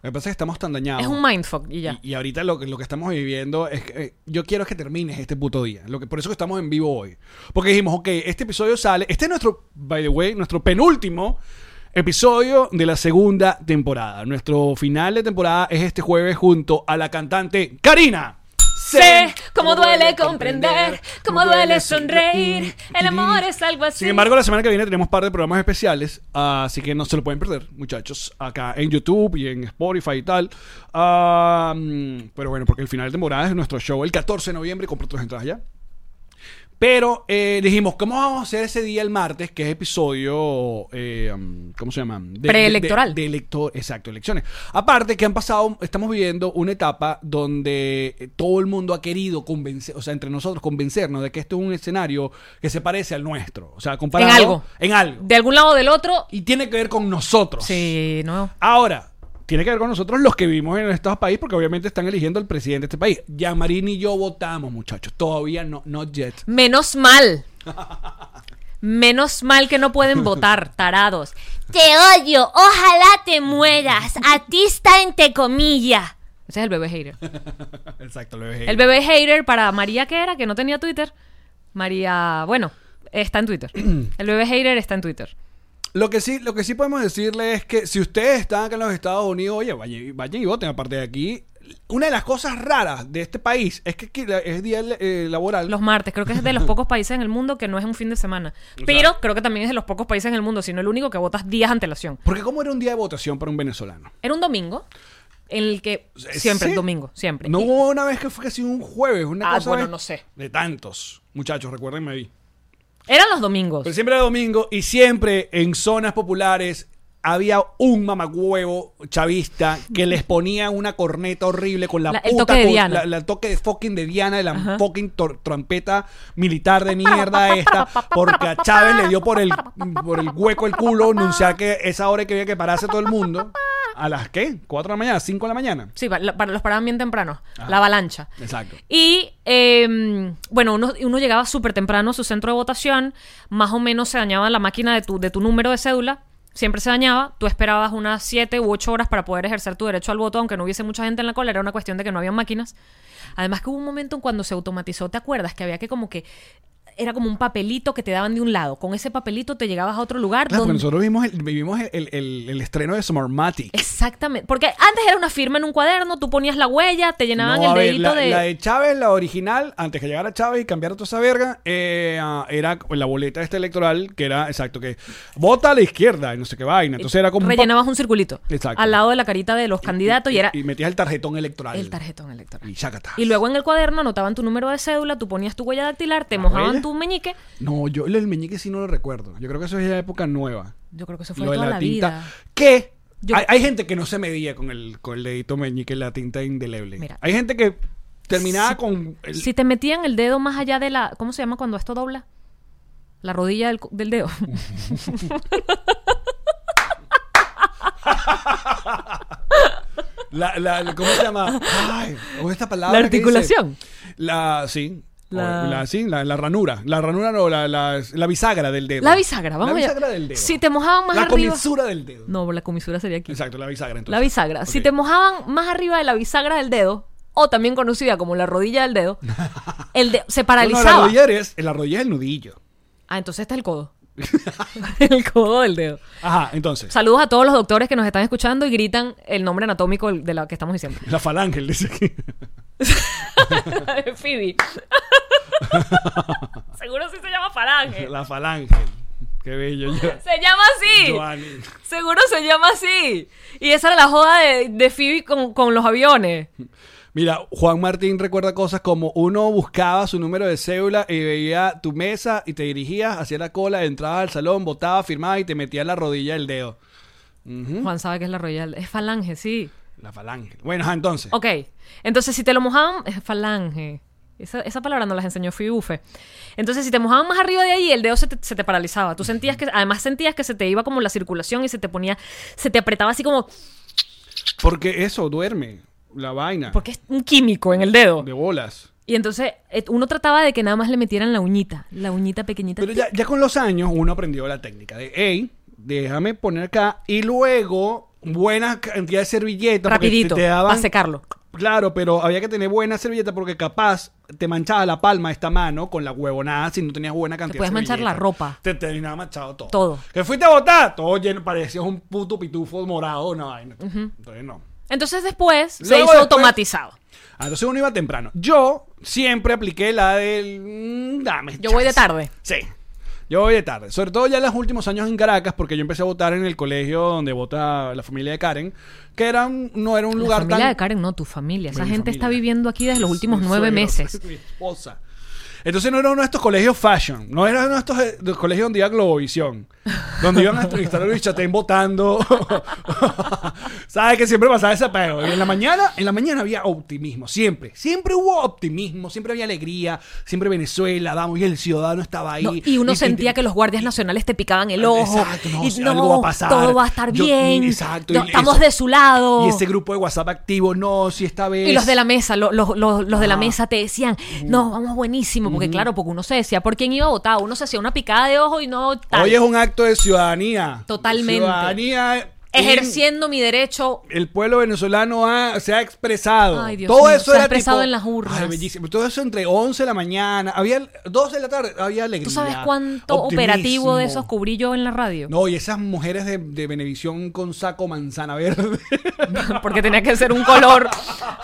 S3: me parece que estamos tan dañados.
S2: Es un mindfuck Ah, y ya.
S3: Y, y ahorita lo, que- lo que estamos viviendo es que eh, yo quiero que termines este puto día. Lo que, por eso que estamos en vivo hoy. Porque dijimos, ok, este episodio sale. Este es nuestro, by the way, nuestro penúltimo episodio de la segunda temporada. Nuestro final de temporada es este jueves junto a la cantante Karina.
S2: Sé cómo duele comprender, cómo duele sonreír. El amor es algo así.
S3: Sin embargo, la semana que viene tenemos un par de programas especiales, así que no se lo pueden perder, muchachos, acá en YouTube y en Spotify y tal. Ah, mm, pero bueno, porque el final de temporada es nuestro show el 14 de noviembre, compro otras entradas ya. Pero eh, dijimos, ¿cómo vamos a hacer ese día el martes? Que es episodio, eh, um, ¿cómo se llama? De-
S2: Preelectoral.
S3: De, de elector, exacto, elecciones. Aparte que han pasado, estamos viviendo una etapa donde eh, todo el mundo ha querido convencer, o sea, entre nosotros convencernos de que esto es un escenario que se parece al nuestro. O sea, comparado
S2: En algo.
S3: En algo.
S2: de algún lado o del otro,
S3: y tiene que ver con nosotros.
S2: sí, no.
S3: Ahora, tiene que ver con nosotros los que vivimos en estos países, porque obviamente están eligiendo al presidente de este país. Yamarín y yo votamos, muchachos. Todavía no, not yet.
S2: Menos mal. Menos mal que no pueden votar, tarados. Te odio, ojalá te mueras. A ti está entre comillas. Ese es el bebé hater.
S3: Exacto, lo dejé.
S2: El bebé hater para María, que era? Que no tenía Twitter. María, bueno, está en Twitter. El bebé hater está en Twitter.
S3: Lo que sí, lo que sí podemos decirle es que si ustedes están acá en los Estados Unidos, oye, vayan, vayan y voten aparte de aquí. Una de las cosas raras de este país es que aquí la- es día eh, laboral.
S2: Los martes, creo que es de los pocos países en el mundo que no es un fin de semana. Pero creo que también es de los pocos países en el mundo, sino el único que votas días antelación.
S3: Porque cómo era un día de votación para un venezolano.
S2: Era un domingo, en el que siempre,
S3: Sí.
S2: el domingo, siempre.
S3: No
S2: Y-
S3: hubo una vez que fue casi un jueves, una
S2: Ah,
S3: cosa
S2: bueno,
S3: de-
S2: no sé.
S3: De tantos, muchachos, recuérdenme ahí.
S2: Eran los domingos.
S3: Pero siempre era domingo y siempre en zonas populares había un mamagüevo chavista que les ponía una corneta horrible con la,
S2: La-
S3: puta
S2: el toque de
S3: cor-
S2: Diana.
S3: la- la- el toque de fucking de Diana de la fucking tor- trompeta militar de mierda esta porque a Chávez le dio por el por el hueco el culo anunciar que esa hora que había que pararse todo el mundo a las qué? 4 de la mañana, 5 de la mañana.
S2: Sí, pa- la- para, los paraban bien temprano. La avalancha.
S3: Exacto.
S2: Y eh, bueno, uno, uno llegaba súper temprano a su centro de votación, más o menos se dañaba la máquina de tu, de tu número de cédula. siempre se dañaba, tú esperabas unas 7 u 8 horas para poder ejercer tu derecho al voto, aunque no hubiese mucha gente en la cola, era una cuestión de que no había máquinas. Además que hubo un momento en cuando se automatizó, ¿te acuerdas? Que había que como que era como un papelito que te daban de un lado, con ese papelito te llegabas a otro lugar
S3: Claro, porque
S2: donde...
S3: nosotros vimos el, vivimos el, el- el- el estreno de Smartmatic.
S2: Exactamente, porque antes era una firma en un cuaderno, tú ponías la huella, te llenaban
S3: No, a
S2: el
S3: ver,
S2: dedito
S3: la,
S2: de...
S3: la de Chávez, la original, antes que llegara Chávez y cambiara toda esa verga, eh, ah, era la boleta esta electoral que era, exacto, que vota a la izquierda y no sé qué vaina. Entonces era como... un pa-
S2: rellenabas un circulito
S3: Exacto.
S2: al lado de la carita de los candidatos y, era
S3: Y metías el tarjetón electoral.
S2: el tarjetón electoral.
S3: Y chácata.
S2: Y luego en el cuaderno anotaban tu número de cédula, tú ponías tu huella dactilar, te mojaban
S3: huella?
S2: tu meñique.
S3: No, yo el meñique sí no lo recuerdo. Yo creo que eso es la época nueva.
S2: Yo creo que eso fue
S3: Lo de
S2: toda
S3: la,
S2: la,
S3: tinta.
S2: vida.
S3: Que
S2: Yo-
S3: hay, hay gente que no se medía con el, con el dedito meñique y la tinta indeleble.
S2: Mira.
S3: hay gente que terminaba con. el-
S2: Si te metían el dedo más allá de la... ¿Cómo se llama cuando esto dobla? La rodilla del, co- del dedo.
S3: la- la- la- ¿Cómo se llama? Ay, ¿cómo es esta palabra.
S2: La
S3: que dice?
S2: articulación.
S3: La. Sí. O
S2: La-
S3: La... sí, la, la ranura. La ranura no, la, la, la bisagra del dedo.
S2: la bisagra, vamos
S3: La
S2: allá.
S3: bisagra del dedo.
S2: Si te mojaban más
S3: la
S2: arriba...
S3: comisura del dedo.
S2: No, la comisura sería aquí.
S3: Exacto, la bisagra. Entonces.
S2: La bisagra. Si
S3: Ok.
S2: te mojaban más arriba de la bisagra del dedo, o también conocida como la rodilla del dedo, el de- se
S3: No, no,
S2: paralizaba.
S3: la, rodilla es, la rodilla es el nudillo.
S2: Ah, entonces está el codo. el codo del dedo.
S3: Ajá, entonces.
S2: Saludos a todos los doctores que nos están escuchando y gritan el nombre anatómico de la que estamos diciendo.
S3: La falange, él dice aquí.
S2: Phoebe. Seguro sí se llama falange.
S3: La falange. Qué bello. Yo,
S2: Se llama así.
S3: Joanny.
S2: Seguro se llama así. Y esa era la joda de, de Phoebe con, con los aviones.
S3: Mira, Juan Martín recuerda cosas como uno buscaba su número de cédula y veía tu mesa y te dirigías hacia la cola, entrabas al salón, botabas, firmabas y te metías la rodilla del dedo.
S2: Juan sabe que es la royal. Es falange, sí.
S3: La falange. Bueno, ajá, entonces.
S2: Ok, entonces si te lo mojaban, es falange. Esa, esa palabra no las enseñó Fibufe. Entonces, si te mojaban más arriba de ahí, el dedo se te, se te paralizaba. Tú sentías que, además sentías que se te iba como la circulación y se te ponía, se te apretaba así como,
S3: Porque eso duerme, la vaina.
S2: porque es un químico en el dedo.
S3: De bolas.
S2: Y entonces eh, uno trataba de que nada más le metieran la uñita, la uñita pequeñita.
S3: Pero ya, ya con los años uno aprendió la técnica de, hey, déjame poner acá y luego buena cantidad de servilletas. porque
S2: rapidito,
S3: te daban-
S2: para secarlo.
S3: Claro, pero había que tener buena servilleta porque capaz te manchaba la palma de esta mano con la huevonada si no tenías buena cantidad.
S2: podías
S3: de
S2: manchar
S3: servilleta.
S2: la ropa.
S3: Te terminaba manchado todo.
S2: Todo.
S3: Que fuiste a votar, todo lleno, parecías un puto pitufo morado, una vaina. Entonces no.
S2: Entonces después se
S3: Luego
S2: hizo
S3: después-
S2: automatizado.
S3: Ah, Entonces uno iba temprano. Yo siempre apliqué la del... mm, Dame.
S2: Yo voy de
S3: chance.
S2: tarde.
S3: Sí. Yo voy de tarde. Sobre todo ya en los últimos años en Caracas, porque yo empecé a votar en el colegio donde vota la familia de Karen, que era un- no era un
S2: La
S3: lugar
S2: familia
S3: tan...
S2: de Karen, no, tu familia. Esa
S3: Mi
S2: gente está
S3: familia.
S2: viviendo aquí desde los últimos
S3: mis
S2: nueve
S3: suegros,
S2: meses.
S3: mi esposa. Entonces no era uno de estos colegios fashion, no era uno de estos eh, de colegios donde iba Globovisión, donde iban a entrevistar a Luis Chatén votando. Sabes que siempre pasaba ese pedo. Y En la mañana, en la mañana había optimismo, siempre, siempre hubo optimismo, siempre había alegría, siempre Venezuela, vamos, y el ciudadano estaba ahí.
S2: No, y uno sentía que los guardias nacionales te picaban el ojo.
S3: Exacto, no,
S2: y
S3: sí,
S2: no,
S3: algo va a pasar.
S2: todo va a estar
S3: Yo-
S2: bien.
S3: exacto,
S2: no,
S3: y
S2: estamos
S3: eso-
S2: de su lado.
S3: y ese grupo de WhatsApp activo, no, si esta vez
S2: Y los de la mesa, lo- los, los- los de
S3: Ah.
S2: la mesa te decían,
S3: Mm.
S2: no, vamos buenísimo, porque claro, porque uno se decía por quién iba a votar, uno se hacía una picada de ojo y no tal.
S3: Hoy es un acto de ciudadanía.
S2: Totalmente.
S3: Ciudadanía
S2: ejerciendo mi derecho.
S3: el pueblo venezolano ha- se ha expresado.
S2: Ay, Dios
S3: todo
S2: mío,
S3: eso
S2: se ha
S3: era
S2: expresado
S3: tipo-
S2: en las urnas.
S3: Ay, bellísimo. Todo eso entre 11 de la mañana, había 12 de la tarde, había alegría.
S2: ¿Tú sabes cuánto operativo de esos cubrí yo en la radio?
S3: No, y esas mujeres de, de Benevisión con saco manzana verde.
S2: porque tenía que ser un color,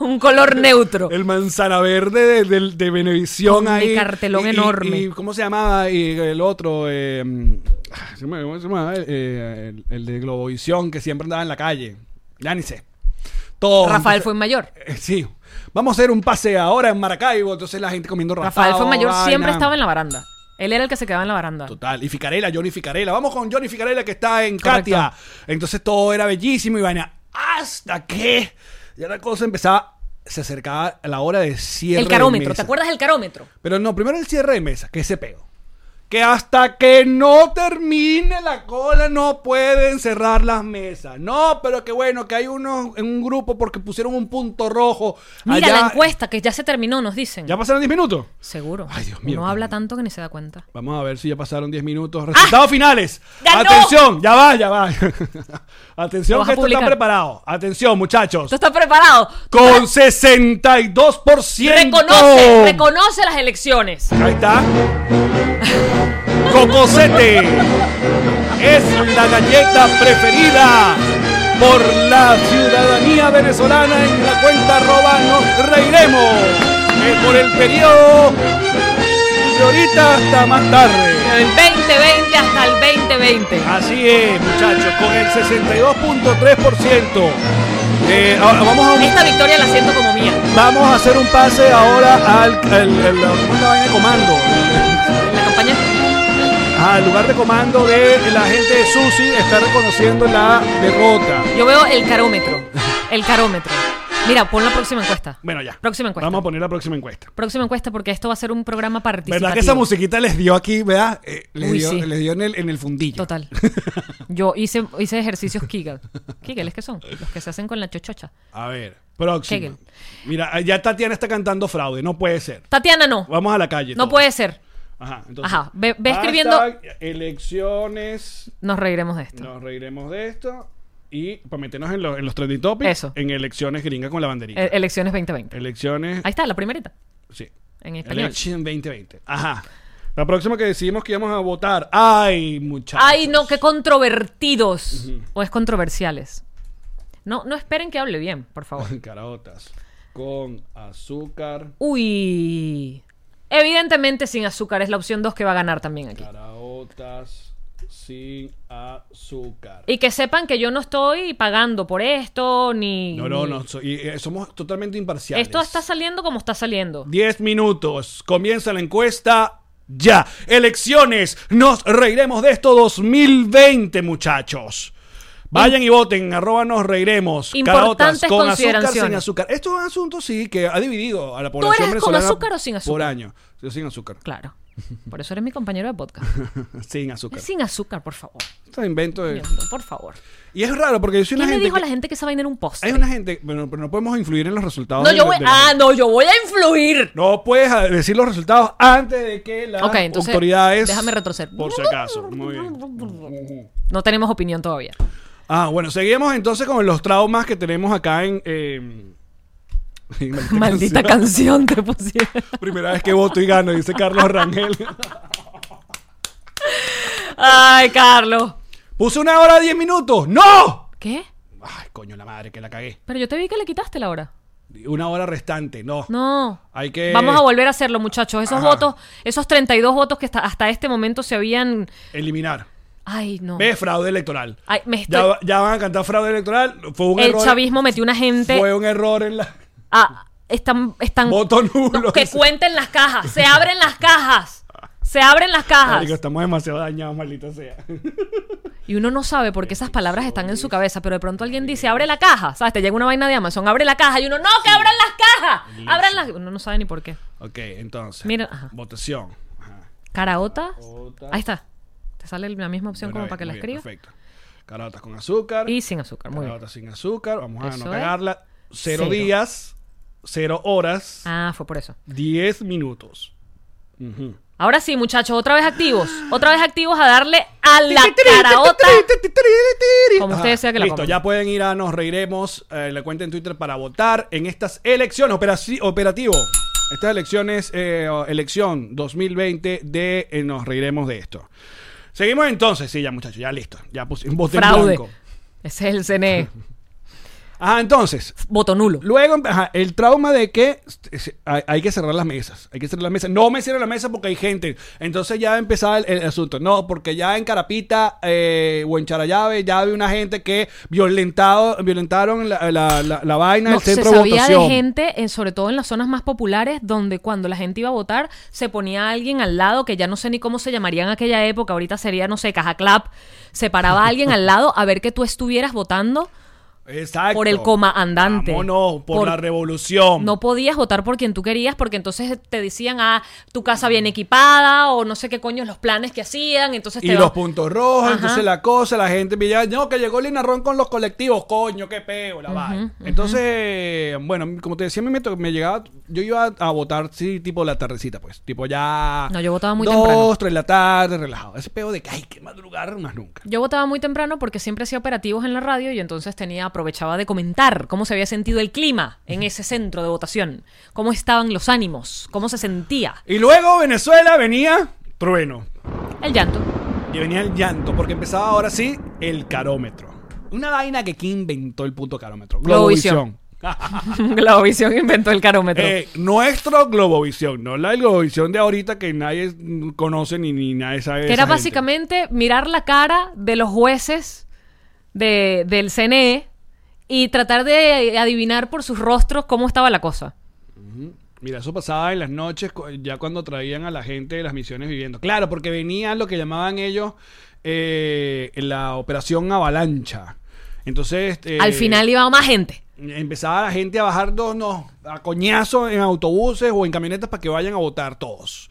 S2: un color neutro.
S3: El manzana verde de, de, de Benevisión
S2: Con mi
S3: ahí.
S2: cartelón
S3: Y- y-
S2: enorme.
S3: y ¿Cómo se llamaba? Y el otro. eh, ah, se me- ¿Cómo se llamaba? El, eh, el- el de Globovisión que siempre andaba en la calle. Ya ni sé. Todo.
S2: Rafael fue mayor.
S3: Eh, Sí. Vamos a hacer un pase ahora en Maracaibo. Entonces la gente comiendo
S2: Rafael fue mayor, siempre estaba en
S3: en
S2: la baranda. Él era el que se quedaba en la baranda.
S3: Total. Y Ficarela, Johnny Ficarela. Vamos con Johnny Ficarela que está en
S2: Correcto.
S3: Katia. Entonces todo era bellísimo y vaina. Hasta que ya la cosa empezaba. Se acercaba a la hora de cierre.
S2: El
S3: de
S2: carómetro, ¿te
S3: mesa.
S2: acuerdas del carómetro?
S3: Pero no, primero el cierre de mesa, que ese peo. que hasta que no termine la cola no pueden cerrar las mesas. No, pero que bueno, que hay unos en un grupo porque pusieron un punto rojo.
S2: Mira
S3: allá.
S2: la encuesta que ya se terminó, nos dicen.
S3: Ah, ¿Ya pasaron 10 minutos?
S2: Seguro.
S3: Ay, Dios mío,
S2: No
S3: qué
S2: habla
S3: miedo.
S2: tanto que ni se da cuenta.
S3: Vamos a ver si ya pasaron 10
S2: Ah,
S3: minutos. Resultados finales.
S2: ¡Ganó!
S3: Atención, ya va, ya va.
S2: Lo
S3: Atención,
S2: vas a
S3: que esto está
S2: publicar.
S3: preparado. Atención, muchachos.
S2: ¿Tú estás preparado?
S3: Con 62%.
S2: Reconoce, reconoce las elecciones.
S3: Ahí está. Cocosete es la galleta preferida por la ciudadanía venezolana en la cuenta arroba nos reiremos. Eh, por el periodo de ahorita hasta más tarde.
S2: Del 2020 hasta el 2020.
S3: Así es, muchachos, con el 62.3%. Eh, ahora vamos a, un-
S2: Esta victoria la siento como mía.
S3: vamos a hacer un pase ahora al, al, al- al- ¿cómo es la vaina de comando.
S2: La campaña.
S3: Al Ah, lugar de comando de la gente de Susi está reconociendo la derrota.
S2: Yo veo el carómetro. El carómetro. Mira, pon la próxima encuesta.
S3: Bueno, ya.
S2: Próxima encuesta.
S3: Vamos a poner la próxima encuesta.
S2: Próxima encuesta porque esto va a ser un programa participativo.
S3: ¿Verdad que esa musiquita les dio aquí, verdad? Eh, les,
S2: Uy,
S3: dio,
S2: sí.
S3: les dio en el, en el fundillo.
S2: Total. Yo hice, hice ejercicios Kegel. Kegel, ¿es que son? Los que se hacen con la chochocha.
S3: A ver, próxima.
S2: Kegel.
S3: Mira, eh, ya Tatiana está cantando fraude, no puede ser.
S2: Tatiana, no.
S3: Vamos a la calle.
S2: No
S3: todos.
S2: puede ser.
S3: Ajá, entonces.
S2: Ajá. Ve, ve escribiendo.
S3: Hashtag elecciones.
S2: Nos reiremos de esto.
S3: Nos reiremos de esto. Y para meternos en, los- en los trending topics.
S2: Eso.
S3: En elecciones gringas con la banderita.
S2: E- elecciones 2020.
S3: elecciones.
S2: Ahí está, la primerita.
S3: sí.
S2: En español.
S3: Election 2020. Ajá. La próxima que decidimos que íbamos a votar. Ay, muchachos.
S2: Ay, no, qué controvertidos. O es controversiales. No, no esperen que hable bien, por favor.
S3: Caraotas. Con azúcar.
S2: Uy. Evidentemente sin azúcar es la opción 2 que va a ganar también aquí.
S3: Caraotas sin azúcar.
S2: Y que sepan que yo no estoy pagando por esto, ni...
S3: No, no,
S2: ni-
S3: no. so- y, eh, somos totalmente imparciales.
S2: Esto está saliendo como está saliendo.
S3: 10 minutos. Comienza la encuesta ya. Elecciones. Nos reiremos de esto 2020, muchachos. Vayan y voten, arroba nos reiremos.
S2: Importantes
S3: Caraotas, con azúcar, sin
S2: consideraciones.
S3: azúcar. Esto es un asunto, sí, que ha dividido a la
S2: eres
S3: población
S2: con
S3: venezolana
S2: azúcar o sin azúcar?
S3: Por año. Yo sin azúcar.
S2: Claro. Por eso eres mi compañero de podcast.
S3: sin azúcar.
S2: Sin azúcar, por favor.
S3: Esto es invento de-
S2: Dios mío, Por favor.
S3: Y es raro, porque yo soy una
S2: ¿Quién le
S3: gente.
S2: dijo
S3: que-
S2: a la gente que esa vaina era un postre?
S3: Hay una gente. Bueno, pero no podemos influir en los resultados.
S2: No,
S3: de-
S2: yo voy...
S3: de la
S2: Ah,
S3: gente.
S2: no, yo voy a influir.
S3: No puedes a- decir los resultados antes de que las
S2: Ok, entonces,
S3: autoridades.
S2: déjame retroceder.
S3: Por si acaso. Muy bien.
S2: No tenemos opinión todavía.
S3: Ah, bueno, seguimos entonces con los traumas que tenemos acá en. eh, en maldita
S2: Maldita
S3: canción.
S2: canción te pusieron.
S3: Primera vez que voto y gano, dice Carlos Rangel.
S2: Ay, Carlos.
S3: Puse una hora diez minutos. ¡No!
S2: ¿Qué?
S3: Ay, coño, la madre, que la cagué.
S2: Pero yo te vi que le quitaste la hora.
S3: Una hora restante, no.
S2: No.
S3: Hay que.
S2: Vamos a volver a hacerlo, muchachos. Esos
S3: Ajá.
S2: votos, esos 32 votos que hasta, hasta este momento se habían...
S3: Eliminar.
S2: Ay, no.
S3: Ve, fraude electoral.
S2: Ay, me estoy-
S3: Ya, va- ya van a cantar fraude electoral. Fue un
S2: El
S3: error.
S2: chavismo metió una gente...
S3: Fue un error en la.
S2: Ah, están... están
S3: Voto nulo.
S2: No, que cuenten las cajas. Se abren las cajas. Se abren las cajas.
S3: Marico, estamos demasiado dañados, maldita sea.
S2: Y uno no sabe por qué esas palabras están en su cabeza, pero de pronto alguien dice, abre la caja. ¿Sabes? Te llega una vaina de Amazon, abre la caja. Y uno, no, que abran las cajas. Abran las... Uno no sabe ni por qué.
S3: ok, entonces.
S2: Mira, ajá.
S3: Votación. Ajá.
S2: Caraotas. Ahí está. Te sale la misma opción
S3: De
S2: como
S3: una
S2: para que
S3: vez,
S2: la
S3: muy bien,
S2: escribas.
S3: Perfecto. Caraotas con azúcar.
S2: Y sin azúcar. Muy bien.
S3: caraotas sin azúcar. Vamos a
S2: Eso
S3: no
S2: es.
S3: cagarla. Cero,
S2: Cero.
S3: días, cero horas,
S2: Ah, fue por eso.
S3: diez minutos. Ujú.
S2: Ahora sí, muchachos, otra vez activos. Otra vez activos a darle a la caraota. Como usted
S3: Ajá,
S2: desea que la
S3: Listo,
S2: coman.
S3: ya pueden ir a Nos Reiremos, eh, la cuenta en Twitter para votar en estas elecciones. Operaci- operativo. Estas elecciones, eh, o- elección 2020 de eh, Nos Reiremos de esto. Seguimos entonces, sí, ya muchachos, ya listo. Ya puse un voto en
S2: Fraude.
S3: blanco.
S2: Ese es el CNE.
S3: Ajá, entonces.
S2: Voto nulo.
S3: Luego, ajá, el trauma de que es- hay, hay que cerrar las mesas. Hay que cerrar las mesas. No me cierren la mesa porque hay gente. Entonces ya empezaba el, el asunto. No, porque ya en Carapita eh, o en Charayave ya había una gente que violentado, violentaron la, la- la- la vaina
S2: No,
S3: del
S2: se
S3: centro de
S2: sabía
S3: votación.
S2: de gente, eh, sobre todo en las zonas más populares, donde cuando la gente iba a votar se ponía alguien al lado, que ya no sé ni cómo se llamaría en aquella época, ahorita sería, no sé, caja clap, se paraba alguien al lado a ver que tú estuvieras votando
S3: Exacto.
S2: Por el coma andante.
S3: Vámonos, por,
S2: Por-
S3: la revolución.
S2: No podías votar por quien tú querías porque entonces te decían, ah, tu casa bien equipada o no sé qué coño los planes que hacían. Entonces
S3: y
S2: te
S3: los
S2: va-
S3: puntos rojos,
S2: Ajá.
S3: entonces la cosa, la gente ya, no, que llegó Lina Ron con los colectivos, coño, qué peo, la vaina. Entonces, bueno, como te decía, a mí me, to- me llegaba, yo iba a votar, sí, tipo la tardecita, pues, tipo ya.
S2: No, yo votaba muy
S3: dos,
S2: temprano.
S3: tres de la tarde, relajado. Ese peo de que, ay, que madrugar, más nunca.
S2: Yo votaba muy temprano porque siempre hacía operativos en la radio y entonces tenía aprovechaba de comentar cómo se había sentido el clima en ese centro de votación, cómo estaban los ánimos, cómo se sentía
S3: Y luego Venezuela venía trueno.
S2: el llanto.
S3: Y venía el llanto, porque empezaba ahora sí el carómetro. Una vaina que ¿quién inventó el punto carómetro?
S2: Globovisión. Globovisión inventó el carómetro.
S3: Eh, nuestro Globovisión, no la Globovisión de ahorita que nadie mm, conoce ni, ni nadie sabe. de
S2: que era
S3: esa gente.
S2: básicamente mirar la cara de los jueces de- del CNE y tratar de adivinar por sus rostros cómo estaba la cosa.
S3: Mira, eso pasaba en las noches, cu- ya cuando traían a la gente de las misiones viviendo. Claro, porque venía lo que llamaban ellos eh, la operación avalancha. Entonces. este,
S2: Al final iba más gente.
S3: Empezaba la gente a bajar dos, no, a coñazos en autobuses o en camionetas para que vayan a votar todos.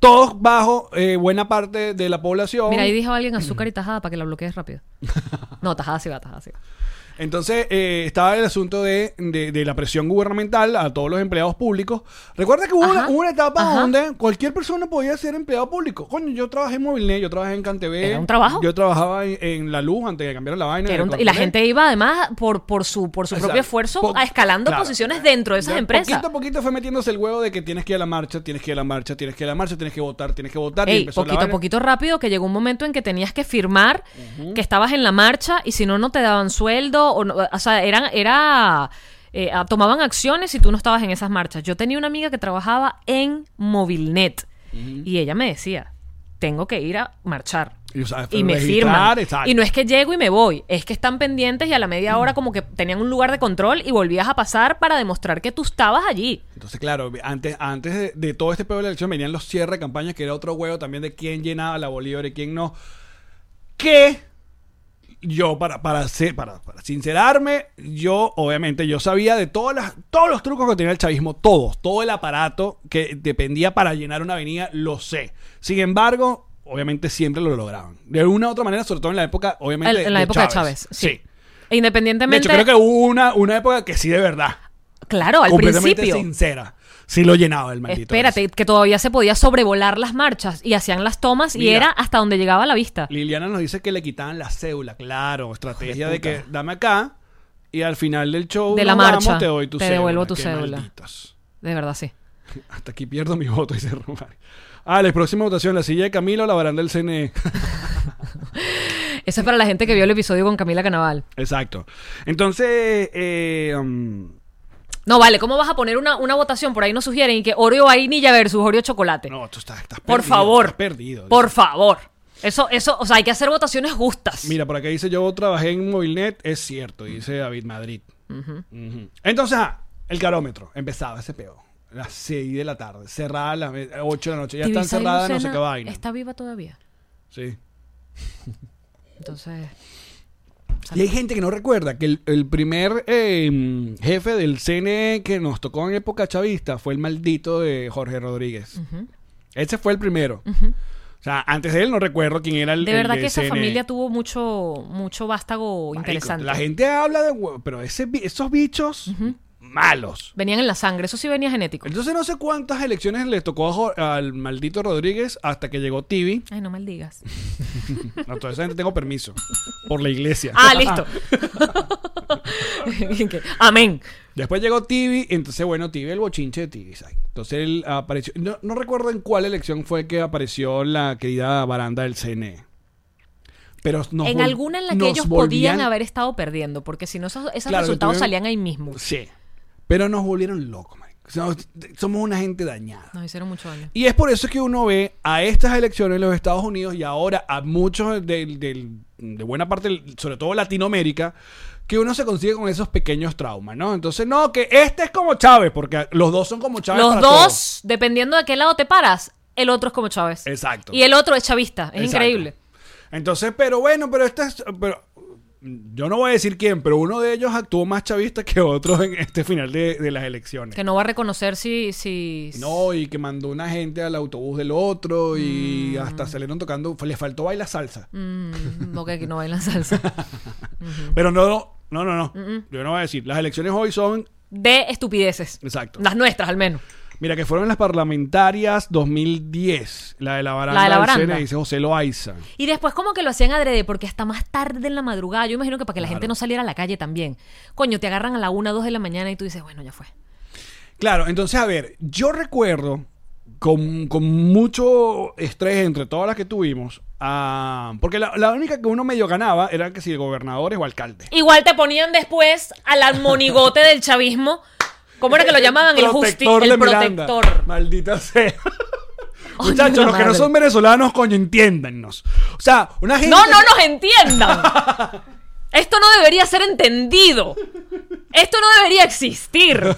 S3: Todos bajo eh, buena parte de la población.
S2: Mira, ahí dijo alguien azúcar y tajada para que la bloquees rápido. No, tajada sí va, tajada sí va.
S3: Entonces eh, estaba el asunto de, de- de la presión gubernamental a todos los empleados públicos. Recuerda que hubo,
S2: Ajá,
S3: una, hubo una etapa
S2: ajá.
S3: donde cualquier persona podía ser empleado público. Coño, yo trabajé en Movilnet, yo trabajé en CanTV.
S2: Era un trabajo.
S3: Yo trabajaba en, en La Luz antes de cambiar la vaina.
S2: Que era un-
S3: en
S2: y la
S3: Corponet.
S2: gente iba además por, por su, por su
S3: Exacto.
S2: propio esfuerzo
S3: Po-
S2: a- escalando
S3: claro.
S2: posiciones dentro de esas
S3: Ya
S2: empresas.
S3: Poquito a poquito fue metiéndose el huevo de que tienes que ir a la marcha, tienes que ir a la marcha, tienes que ir a la marcha, tienes que votar, tienes que votar. y
S2: Ey,
S3: empezó la
S2: poquito a
S3: vaina.
S2: poquito rápido que llegó un momento en que tenías que firmar que estabas en la marcha y si no no te daban sueldo o, no- o sea eran era eh, ah, tomaban acciones si tú no estabas en esas marchas yo tenía una amiga que trabajaba en Movilnet y ella me decía tengo que ir a marchar
S3: Y, o sea,
S2: y me
S3: registrar,
S2: firman.
S3: exacto. Mm.
S2: Y no es que llego y me voy, es que están pendientes y a la media hora como que tenían un lugar de control y volvías a pasar para demostrar que tú estabas allí.
S3: Entonces, claro, antes, antes de, de todo este pedo de la elección venían los cierres de campaña, que era otro huevo también de quién llenaba la Bolívar y quién no. Que yo, para, para, ser- para, para sincerarme, yo, obviamente, yo sabía de todas las, todos los trucos que tenía el chavismo, todos, todo el aparato que dependía para llenar una avenida, lo sé. Sin embargo, obviamente siempre lo lograban. De una u otra manera, sobre todo en la época, obviamente.
S2: En- en la época de Chávez, sí. E
S3: De
S2: Independientemente
S3: hecho, creo que hubo una, una época que sí, de verdad
S2: Claro, al
S3: completamente
S2: principio.
S3: sincera. Sí lo llenaba el maldito.
S2: Espérate,
S3: ese.
S2: que todavía se podía sobrevolar las marchas y hacían las tomas y
S3: Mira.
S2: era hasta donde llegaba la vista.
S3: Liliana nos dice que le quitaban la cédula, claro, estrategia de que dame acá y al final del show
S2: De la
S3: nos
S2: marcha,
S3: te doy tu
S2: te
S3: cédula.
S2: devuelvo tu
S3: Qué
S2: cédula.
S3: malditos.
S2: De verdad, sí.
S3: Hasta aquí pierdo mi voto, dice Romario. Ah, la próxima votación, la silla de Camilo o la baranda del E. CNE.
S2: Eso es para la gente que vio el episodio con Camila Canaval.
S3: Exacto. Entonces, eh, um,
S2: No, vale, ¿cómo vas a poner una, una votación? Por ahí nos sugieren y que Oreo vainilla versus Oreo chocolate.
S3: no, tú estás, estás
S2: Por
S3: perdido,
S2: favor.
S3: estás perdido.
S2: Por favor. Eso, eso, o sea, hay que hacer votaciones justas.
S3: Mira, por acá dice yo trabajé en Movilnet, es cierto, dice David Madrid. Ujú. Entonces, ah, el carómetro, empezaba ese peo. Las 6 de la tarde, cerrada a las 8 de la noche, ya están
S2: Divisa y
S3: cerradas, no sé
S2: Lucena
S3: qué vaina.
S2: Está viva todavía.
S3: Sí.
S2: Entonces,
S3: Y hay gente que no recuerda que el, el primer eh, jefe del CNE que nos tocó en época chavista fue el maldito de Jorge Rodríguez. Ese fue el primero. O sea, antes de él no recuerdo quién era el
S2: de
S3: el
S2: verdad
S3: del
S2: que esa
S3: CNE.
S2: familia tuvo mucho, mucho vástago
S3: E. Marico,
S2: interesante.
S3: La gente habla de... hue- Pero ese, bi- esos bichos malos.
S2: Venían en la sangre, eso sí venía genético.
S3: Entonces no sé cuántas elecciones le tocó a Jo- al maldito Rodríguez hasta que llegó TV.
S2: Ay, no maldigas.
S3: Entonces tengo permiso por la iglesia.
S2: Ah, listo. Que, Amén.
S3: Después llegó TV, entonces bueno, TV el bochinche de TV. ¿sabes? Entonces él apareció, no, no recuerdo en cuál elección fue que apareció la querida baranda del CNE. Pero nos
S2: en
S3: vol-
S2: alguna en la que
S3: nos
S2: ellos
S3: volvían-
S2: podían haber estado perdiendo, porque si no, esos, esos
S3: Claro,
S2: resultados
S3: tuvieron-
S2: salían ahí mismo.
S3: Sí. Pero nos volvieron locos, marico. Somos- Somos una gente dañada.
S2: Nos hicieron mucho daño.
S3: Y es por eso que uno ve a estas elecciones en los Estados Unidos y ahora a muchos del- del- de buena parte, sobre todo Latinoamérica, que uno se consigue con esos pequeños traumas, ¿no? Entonces, no, que este es como Chávez, porque los dos son como Chávez.
S2: Los
S3: para
S2: dos,
S3: todos.
S2: dependiendo de qué lado te paras, el otro es como Chávez.
S3: Exacto.
S2: Y el otro es chavista. Es
S3: Exacto.
S2: increíble.
S3: Entonces, pero bueno, pero esta este es... Pero, yo no voy a decir quién, pero uno de ellos actuó más chavista que otro en este final de, de las elecciones.
S2: Que no va a reconocer si. si
S3: No, y que mandó una gente al autobús del otro y hasta salieron tocando. Les faltó bailar salsa.
S2: Mm, ok, que no bailan salsa.
S3: Pero no, no, no, no. no. Yo no voy a decir. Las elecciones hoy son.
S2: De estupideces.
S3: Exacto.
S2: Las nuestras, al menos.
S3: Mira, que fueron las parlamentarias 2010. La de la baranda.
S2: La de la
S3: del
S2: baranda.
S3: Sena, dice José Loaiza.
S2: Y después como que lo hacían adrede, porque hasta más tarde en la madrugada, yo imagino que para que la gente no saliera a la calle también. Coño, te agarran a la una, dos de la mañana y tú dices, bueno, ya fue.
S3: Claro, entonces, a ver, yo recuerdo con, con mucho estrés entre todas las que tuvimos, ah, porque la, la única que uno medio ganaba era que si gobernadores o alcaldes.
S2: Igual te ponían después al monigote del chavismo. ¿Cómo era que lo llamaban? El justi,
S3: protector de
S2: el
S3: Miranda.
S2: protector.
S3: Maldita sea.
S2: Ay,
S3: Muchachos,
S2: la
S3: los que no
S2: madre.
S3: son venezolanos, coño, entiéndannos. O sea, una gente.
S2: No, no nos entiendan. Esto no debería ser entendido. Esto no debería existir.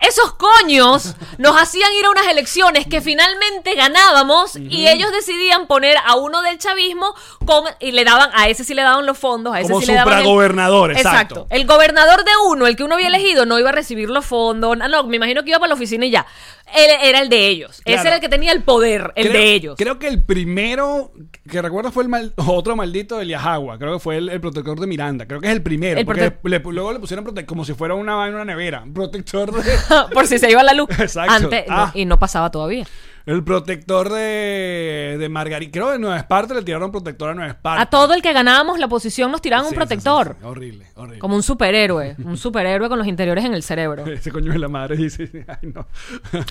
S2: Esos coños nos hacían ir a unas elecciones que finalmente ganábamos y ellos decidían poner a uno del chavismo con y le daban a ese sí le daban los fondos, a ese
S3: Como
S2: sí le daban el-
S3: supragobernador, exacto.
S2: El gobernador de uno, el que uno había elegido, no iba a recibir los fondos. Ah, No, me imagino que iba para la oficina y ya. Él era el de ellos. Ese
S3: Claro.
S2: era el que tenía el poder, el
S3: Creo-
S2: de ellos.
S3: Creo que el primero que recuerdo fue el mal- otro maldito de Liajagua. Creo que fue el, el protector de Miranda. Creo que es el primero.
S2: El
S3: porque
S2: prote-
S3: le- le- luego le pusieron prote- como si fuera una, vaina, una nevera. Protector de.
S2: por si se iba la luz.
S3: Exacto.
S2: Antes, no,
S3: Ah.
S2: y no pasaba todavía.
S3: El protector de, de Margarita. Creo que en Nueva Esparta le tiraron protector a Nueva Esparta.
S2: A todo el que ganábamos la posición nos tiraban un
S3: Sí, sí,
S2: protector.
S3: sí, sí. Horrible, horrible.
S2: Como un superhéroe. Un superhéroe con los interiores en el cerebro.
S3: Ese coño de la madre dice, ay no.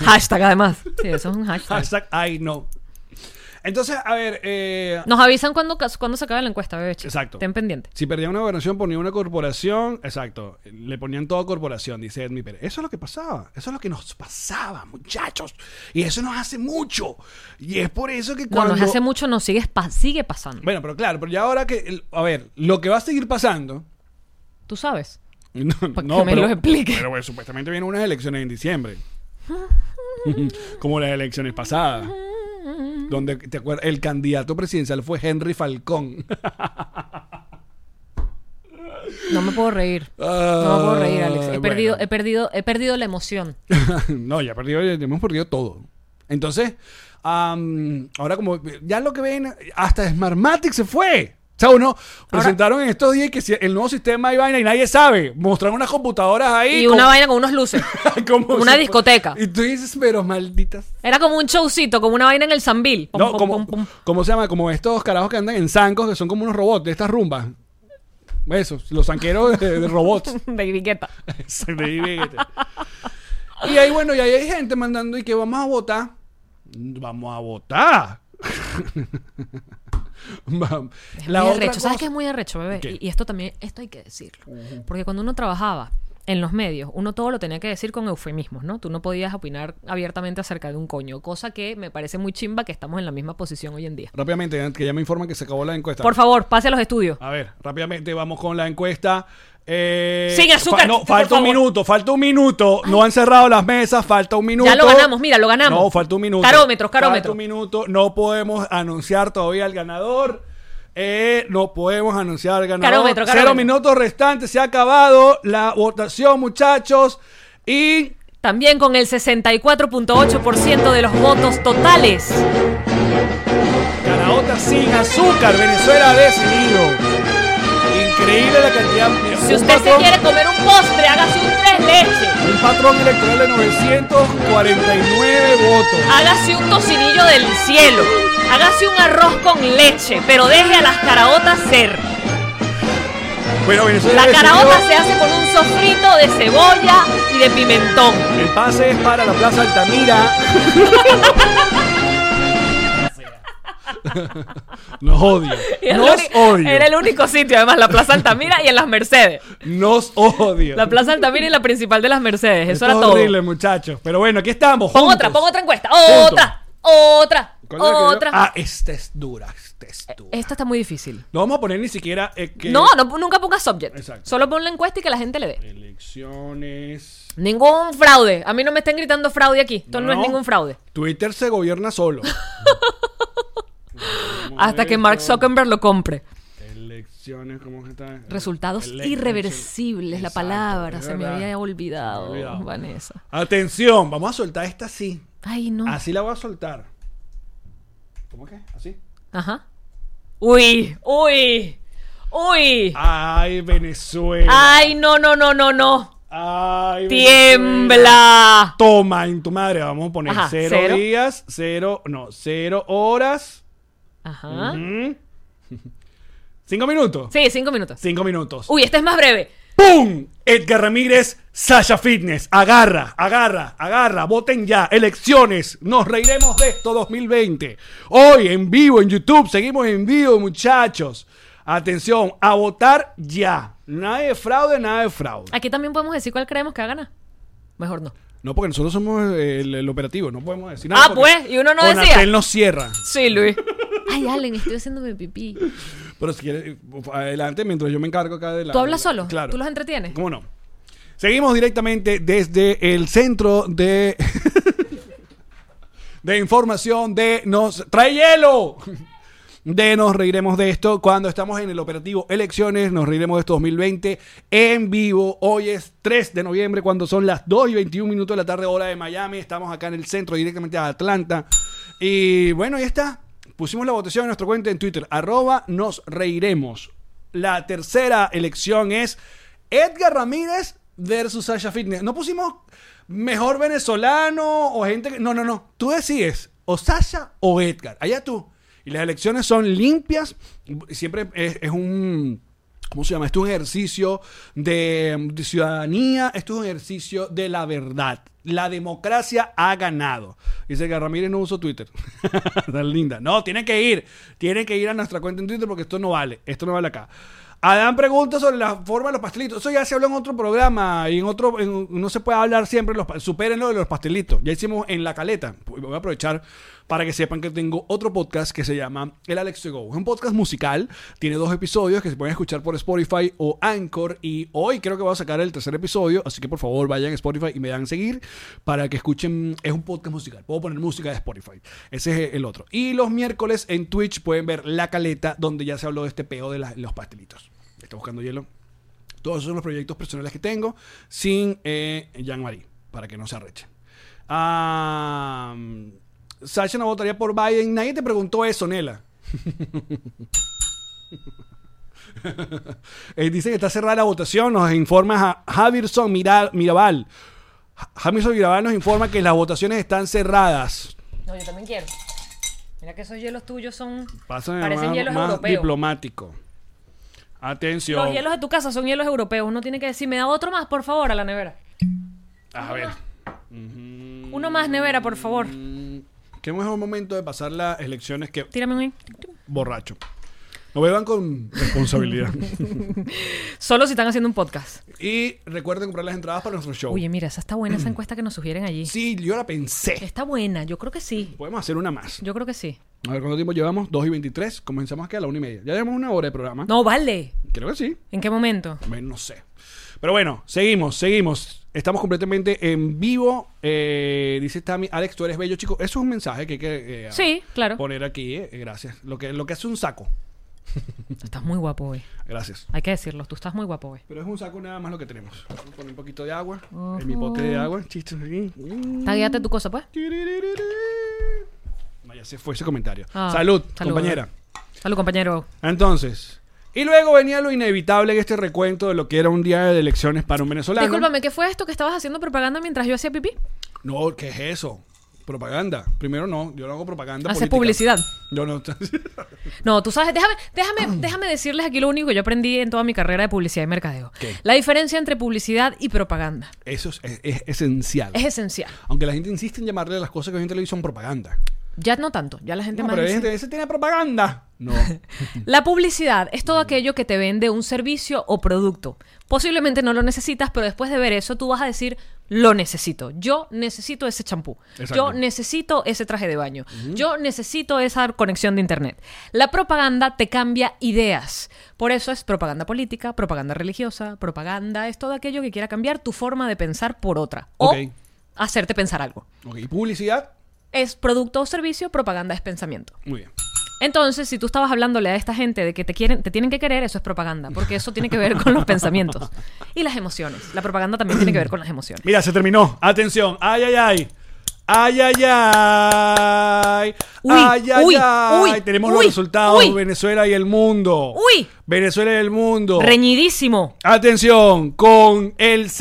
S2: Hashtag además. Sí, eso es un hashtag.
S3: Hashtag, ay no. Entonces, a ver, eh,
S2: Nos avisan cuando, cuando se acaba la encuesta, bebé. chico.
S3: Exacto.
S2: Ten pendiente.
S3: si perdía una gobernación, ponía una corporación. Exacto, le ponían toda corporación, dice Edmi Pérez. Eso es lo que pasaba, eso es lo que nos pasaba, muchachos. Y eso nos hace mucho. Y es por eso que
S2: No,
S3: cuando...
S2: nos hace mucho, nos sigue, pa- sigue pasando.
S3: Bueno, pero claro, pero ya ahora que... el- A ver, lo que va a seguir pasando...
S2: Tú sabes.
S3: No,
S2: Para
S3: no,
S2: que me lo explique.
S3: Pero pues, supuestamente vienen unas elecciones en diciembre. Como las elecciones pasadas. Donde te acuerdas, el candidato presidencial fue Henry Falcón.
S2: No me puedo reír. No me puedo
S3: Ah,
S2: reír, Alex. He
S3: bueno.
S2: perdido, he perdido, he perdido la emoción.
S3: no, ya perdido, ya hemos perdido todo. Entonces, am, ahora como ya lo que ven, hasta Smartmatic se fue. O sea, uno presentaron en estos días que si el nuevo sistema y vaina y nadie sabe. Mostraron unas computadoras ahí.
S2: Y una vaina con unos luces.
S3: como- como
S2: una
S3: se-
S2: discoteca.
S3: Y tú dices, pero malditas
S2: Era como un showcito, como una vaina en el Zambil. Pum,
S3: No,
S2: pum,
S3: como,
S2: pum, pum.
S3: ¿cómo se llama? Como estos carajos que andan en zancos, que son como unos robots de estas rumbas. Esos, los zanqueros de, de robots.
S2: De etiqueta.
S3: De ahí, fíjate. y ahí, bueno, y ahí hay gente mandando y que vamos a votar. Vamos a votar. Va-
S2: muy
S3: otra
S2: arrecho. ¿Sabes
S3: cosa-
S2: qué es muy arrecho, bebé?
S3: ¿Qué?
S2: Y, y esto también, esto hay que decirlo. Porque cuando uno trabajaba en los medios, uno todo lo tenía que decir con eufemismos, ¿no? Tú no podías opinar abiertamente acerca de un coño, cosa que me parece muy chimba que estamos en la misma posición hoy en día.
S3: Rápidamente, que ya me informan que se acabó la encuesta.
S2: Por favor, pase a los estudios.
S3: A ver, rápidamente vamos con la encuesta. Eh,
S2: Sin azúcar,
S3: no,
S2: por
S3: falta un
S2: favor.
S3: minuto, falta un minuto. No han cerrado las mesas, falta un minuto.
S2: Ya lo ganamos, mira, lo ganamos.
S3: No, falta un minuto.
S2: Carómetros,
S3: Falta
S2: carómetros.
S3: un minuto. No podemos anunciar todavía al ganador. Eh, no podemos anunciar al ganador.
S2: Carómetro,
S3: Cero
S2: carómetro.
S3: minutos restantes. Se ha acabado la votación, muchachos. Y
S2: También con el 64.8% de los votos totales.
S3: caraota sin azúcar. Venezuela ha decidido. Increíble la cantidad. Mira,
S2: Si
S3: un
S2: usted se
S3: patrón-
S2: quiere comer un postre, hágase un tres leches.
S3: Un patrón electoral de 949 votos.
S2: Hágase un tocinillo del cielo. Hágase un arroz con leche, pero deje a las caraotas ser.
S3: Bueno, Venezuela
S2: Ah. La
S3: decidió-
S2: caraota se hace con un sofrito de cebolla y de pimentón.
S3: El pase es para la Plaza Altamira. Nos odia.
S2: Era el
S3: Nos
S2: uni- Era el
S3: odia.
S2: único sitio, además, la Plaza Altamira y en las Mercedes.
S3: Nos odia.
S2: La Plaza Altamira y la principal de las Mercedes. Eso
S3: Esto
S2: era
S3: es
S2: todo.
S3: horrible, muchachos. Pero bueno, aquí estamos.
S2: Pon
S3: juntos.
S2: otra, pon otra encuesta.
S3: Juntos.
S2: Otra, otra,
S3: ¿Cuál es la que yo-
S2: otra.
S3: Ah, esta es dura. Esta es dura.
S2: Esta está muy difícil.
S3: No vamos a poner ni siquiera. eh, que-
S2: No, no, nunca pongas subject.
S3: Exacto.
S2: Solo pon la encuesta y que la gente le dé.
S3: Elecciones.
S2: Ningún fraude. A mí no me estén gritando fraude aquí. Esto no, es ningún fraude.
S3: Twitter se gobierna solo.
S2: Hasta que Mark Zuckerberg lo compre.
S3: elecciones, ¿cómo que está?
S2: Resultados
S3: Elections.
S2: irreversibles, la
S3: Exacto,
S2: palabra.
S3: es
S2: Se me
S3: verdad.
S2: había olvidado,
S3: Se me había olvidado.
S2: Vanessa.
S3: Atención, vamos a soltar esta así.
S2: Ay, no.
S3: Así la voy a soltar. ¿Cómo que? ¿Así?
S2: Ajá. Uy, uy, uy.
S3: Ay, Venezuela.
S2: Ay, no, no, no, no, no. Ah,
S3: Ay, Venezuela.
S2: Tiembla.
S3: Toma en tu madre, vamos a poner
S2: Ajá,
S3: cero,
S2: cero.
S3: días, cero, no, cero horas.
S2: Ajá.
S3: Mm. Cinco minutos.
S2: Sí, cinco minutos.
S3: Cinco minutos.
S2: Uy, este es más breve.
S3: ¡Pum! Edgar Ramírez, Sasha Fitness. Agarra, agarra, agarra. Voten ya. Elecciones. Nos reiremos de esto 2020. Hoy en vivo en YouTube. Seguimos en vivo, muchachos. Atención, a votar ya. Nada de fraude, nada de fraude.
S2: Aquí también podemos decir cuál creemos que va a ganar. Mejor no.
S3: No, porque nosotros somos eh, el, el operativo. No podemos decir nada.
S2: Ah, pues, y uno no
S3: decía.
S2: decía.
S3: nos cierra.
S2: Sí, Luis. Ay, Allen, estoy haciéndome pipí.
S3: Pero si quieres, adelante, mientras yo me encargo acá de la.
S2: ¿Tú hablas
S3: de la-
S2: solo?
S3: Claro.
S2: ¿Tú los entretienes?
S3: ¿Cómo no? Seguimos directamente desde el centro de. de información de Nos. ¡Trae hielo! De Nos Reiremos de Esto. Cuando estamos en el operativo Elecciones, Nos Reiremos de Esto 2020 en vivo. Hoy es 3 de noviembre, cuando son las 2 y 21 minutos de la tarde, hora de Miami. Estamos acá en el centro, directamente a Atlanta. Y bueno, ahí está. Pusimos la votación en nuestra cuenta en Twitter. Arroba Nos Reiremos. La tercera elección es Edgar Ramírez versus Sasha Fitness. No pusimos mejor venezolano o gente que... No, no, no. Tú decides o Sasha o Edgar. Allá tú. Y las elecciones son limpias. Siempre es, es un... ¿Cómo se llama? Esto es un ejercicio de, de ciudadanía, esto es un ejercicio de la verdad. La democracia ha ganado. Dice que Ramírez no uso Twitter. Tan linda. No, tienen que ir. Tienen que ir a nuestra cuenta en Twitter porque esto no vale. Esto no vale acá. Adán pregunta sobre la forma de los pastelitos. Eso ya se habló en otro programa y en otro. en- no se puede hablar siempre. Los, pa- supérenlo de los pastelitos. Ya hicimos en la caleta. Voy a aprovechar para que sepan que tengo otro podcast que se llama El Alex To Go. Es un podcast musical. Tiene dos episodios que se pueden escuchar por Spotify o Anchor. Y hoy creo que voy a sacar el tercer episodio. Así que por favor vayan a Spotify y me dan seguir para que escuchen. Es un podcast musical. Puedo poner música de Spotify. Ese es el otro. Y los miércoles en Twitch pueden ver la caleta donde ya se habló de este peo de las- los pastelitos. Está buscando hielo. Todos esos son los proyectos personales que tengo sin eh, Jean-Marie, para que no se arreche. Ah, Sasha no votaría por Biden. Nadie te preguntó eso, Nela. Eh, dice que está cerrada la votación. Nos informa Ja- Javirson Mira- Mirabal. Ja- Jamirson Mirabal nos informa que las votaciones están cerradas.
S2: No, yo también quiero. Mira que esos hielos tuyos son.
S3: Pásame
S2: parecen
S3: más,
S2: hielos
S3: más
S2: europeos.
S3: diplomático. Atención.
S2: Los hielos de tu casa son hielos europeos. Uno tiene que decir, me da otro más, por favor, a la nevera.
S3: A ver.
S2: Uno más, nevera, por favor.
S3: Mm, Qué mejor momento de pasar las elecciones que
S2: Tírame un ahí.
S3: borracho. No beban con responsabilidad.
S2: Solo si están haciendo un podcast.
S3: y recuerden comprar las entradas para nuestro show.
S2: Oye, mira, esa está buena esa encuesta que nos sugieren allí.
S3: Sí, yo la pensé.
S2: Está buena, yo creo que sí.
S3: Podemos hacer una más.
S2: Yo creo que sí.
S3: A ver cuánto tiempo llevamos. 2 y 23. Comenzamos aquí a la 1 y media. Ya llevamos una hora de programa.
S2: No, vale.
S3: Creo que sí.
S2: ¿En qué momento?
S3: Bueno, no sé. Pero bueno, seguimos, seguimos. Estamos completamente en vivo. Eh, dice Tami, Alex, tú eres bello, chico. Eso es un mensaje que hay que eh,
S2: Sí, claro.
S3: poner aquí. eh. Gracias. Lo que, lo que hace un saco.
S2: Estás muy guapo hoy.
S3: Gracias.
S2: Hay que decirlo, tú estás muy guapo hoy.
S3: Pero es un saco nada más lo que tenemos. Vamos a poner un poquito de agua. En mi pote de agua. Chistes aquí. Mm.
S2: Taguéate tu cosa, pues.
S3: No, ya se fue ese comentario.
S2: Ah,
S3: salud,
S2: salud.
S3: compañera.
S2: Salud, compañero.
S3: Entonces. Y luego venía lo inevitable en este recuento de lo que era un día de elecciones para un venezolano.
S2: Discúlpame, ¿qué fue esto que estabas haciendo propaganda mientras yo hacía pipí?
S3: No, ¿qué es eso? Propaganda. Primero no, yo no hago propaganda.
S2: Haces
S3: política.
S2: publicidad.
S3: Yo no.
S2: No, tú sabes, déjame, déjame, déjame decirles aquí lo único que yo aprendí en toda mi carrera de publicidad y mercadeo.
S3: ¿Qué?
S2: La diferencia entre publicidad y propaganda.
S3: Eso es, es- es esencial.
S2: Es esencial.
S3: Aunque la gente insiste en llamarle a las cosas que hoy en televisión propaganda.
S2: Ya no tanto, ya la gente
S3: No,
S2: más
S3: pero hay
S2: dice-
S3: gente ese tiene propaganda. No.
S2: La publicidad es todo aquello que te vende un servicio o producto. Posiblemente no lo necesitas, pero después de ver eso tú vas a decir, lo necesito. Yo necesito ese champú.
S3: Exacto.
S2: Yo necesito ese traje de baño. Yo necesito esa conexión de internet. La propaganda te cambia ideas. Por eso es propaganda política, propaganda religiosa, propaganda es todo aquello que quiera cambiar tu forma de pensar por otra. O
S3: Ok.
S2: hacerte pensar algo.
S3: ok, publicidad.
S2: Es producto o servicio, propaganda es pensamiento.
S3: Muy bien.
S2: Entonces, si tú estabas hablándole a esta gente de que te quieren, te tienen que querer, eso es propaganda, porque eso tiene que ver con los pensamientos y las emociones. La propaganda también tiene que ver con las emociones.
S3: Mira, se terminó. Atención. Ay, ay, ay. Ay, ay, ay.
S2: Uy,
S3: ay, ay,
S2: uy,
S3: ay.
S2: uy,
S3: Tenemos los
S2: uy,
S3: resultados.
S2: uy.
S3: Venezuela y el mundo.
S2: Uy.
S3: Venezuela y el mundo.
S2: Reñidísimo.
S3: Atención, con el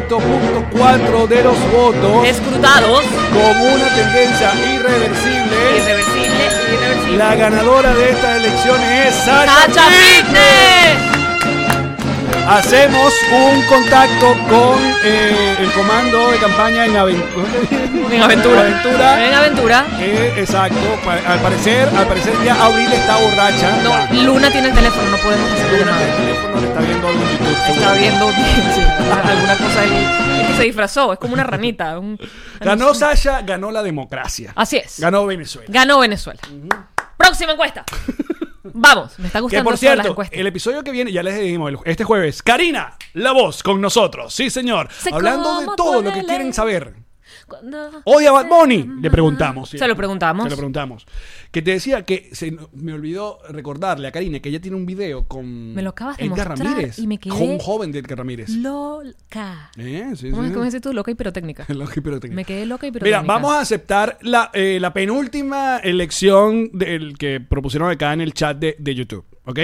S3: 55.4 de los votos,
S2: Escrutados.
S3: con una tendencia irreversible,
S2: Irreversible, irreversible.
S3: la ganadora de estas elecciones es Sasha.
S2: ¡Sacha Fitness!
S3: Hacemos un contacto con eh, el comando de campaña en Aventura.
S2: En aventura.
S3: Aventura.
S2: En aventura.
S3: Eh, exacto, pa- al parecer, al parecer ya Abril está borracha. Ya.
S2: No, Luna tiene el teléfono, no podemos hacer
S3: Luna, el
S2: nada.
S3: teléfono le está viendo algo en YouTube,
S2: Está
S3: seguro.
S2: viendo sí, alguna cosa ahí. Es que se disfrazó, es como una ranita. un-
S3: Ganó Sasha, ganó la democracia.
S2: Así es.
S3: Ganó Venezuela.
S2: Ganó Venezuela. Próxima encuesta. Vamos, me está
S3: Que
S2: gustando
S3: por
S2: esto de las
S3: cierto,
S2: encuestas.
S3: el episodio que viene, ya les dijimos, el- este jueves, Karina, la voz con nosotros, sí señor,
S2: Sé
S3: hablando de
S2: cómo
S3: todo lo que
S2: duele.
S3: quieren saber.
S2: Cuando-
S3: ¿Odia a Bad Bunny? Le preguntamos. sí.
S2: Se lo preguntamos.
S3: Se lo preguntamos. Que te decía que se- me olvidó recordarle a Karina que ella tiene un video con
S2: Me lo acabas de
S3: Edgar
S2: mostrar
S3: Ramírez.
S2: y me quedé-
S3: Con un joven de Edgar Ramírez.
S2: Loca.
S3: Eh, sí,
S2: ¿Cómo
S3: sí.
S2: es- cómo dices tú? Loca y pirotécnica.
S3: Loca y pirotécnica.
S2: Me quedé loca y pirotécnica.
S3: Mira, vamos a aceptar la, eh, la penúltima elección del que propusieron acá en el chat de, de YouTube, ¿ok?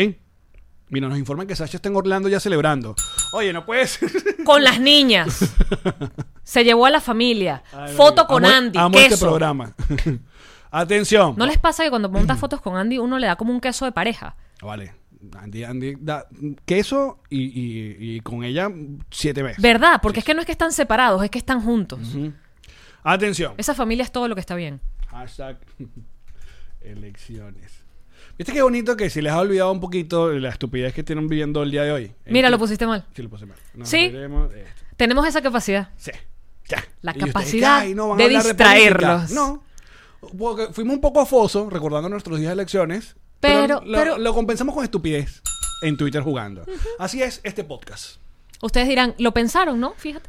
S3: Mira, nos informan que Sasha está en Orlando ya celebrando. Oye, no puedes.
S2: Con las niñas. Se llevó a la familia.
S3: Ay,
S2: Foto
S3: amigo,
S2: con
S3: amo-
S2: Andy.
S3: Amo
S2: queso.
S3: este programa. Atención.
S2: ¿No les pasa que cuando montas fotos con Andy uno le da como un queso de pareja?
S3: Vale. Andy, Andy da queso y, y- y con ella siete veces.
S2: ¿Verdad? Porque es que no es que están separados, es que están juntos.
S3: Atención.
S2: Esa familia es todo lo que está bien.
S3: Hashtag elecciones. ¿Viste qué bonito que si les ha olvidado un poquito la estupidez que tienen viviendo el día de hoy?
S2: Mira,
S3: Eh,
S2: lo pusiste mal.
S3: Sí, lo puse mal. Nos
S2: Sí.
S3: veremos, eh,
S2: Tenemos esa capacidad.
S3: sí. Ya.
S2: La
S3: Y ustedes,
S2: capacidad
S3: "Ay, no, van a
S2: de
S3: hablar política".
S2: distraerlos.
S3: no. Porque fuimos un poco afoso recordando nuestros días de elecciones.
S2: Pero-
S3: lo,
S2: pero-
S3: lo compensamos con estupidez en Twitter jugando. Así es este podcast.
S2: Ustedes dirán, lo pensaron, ¿no? Fíjate.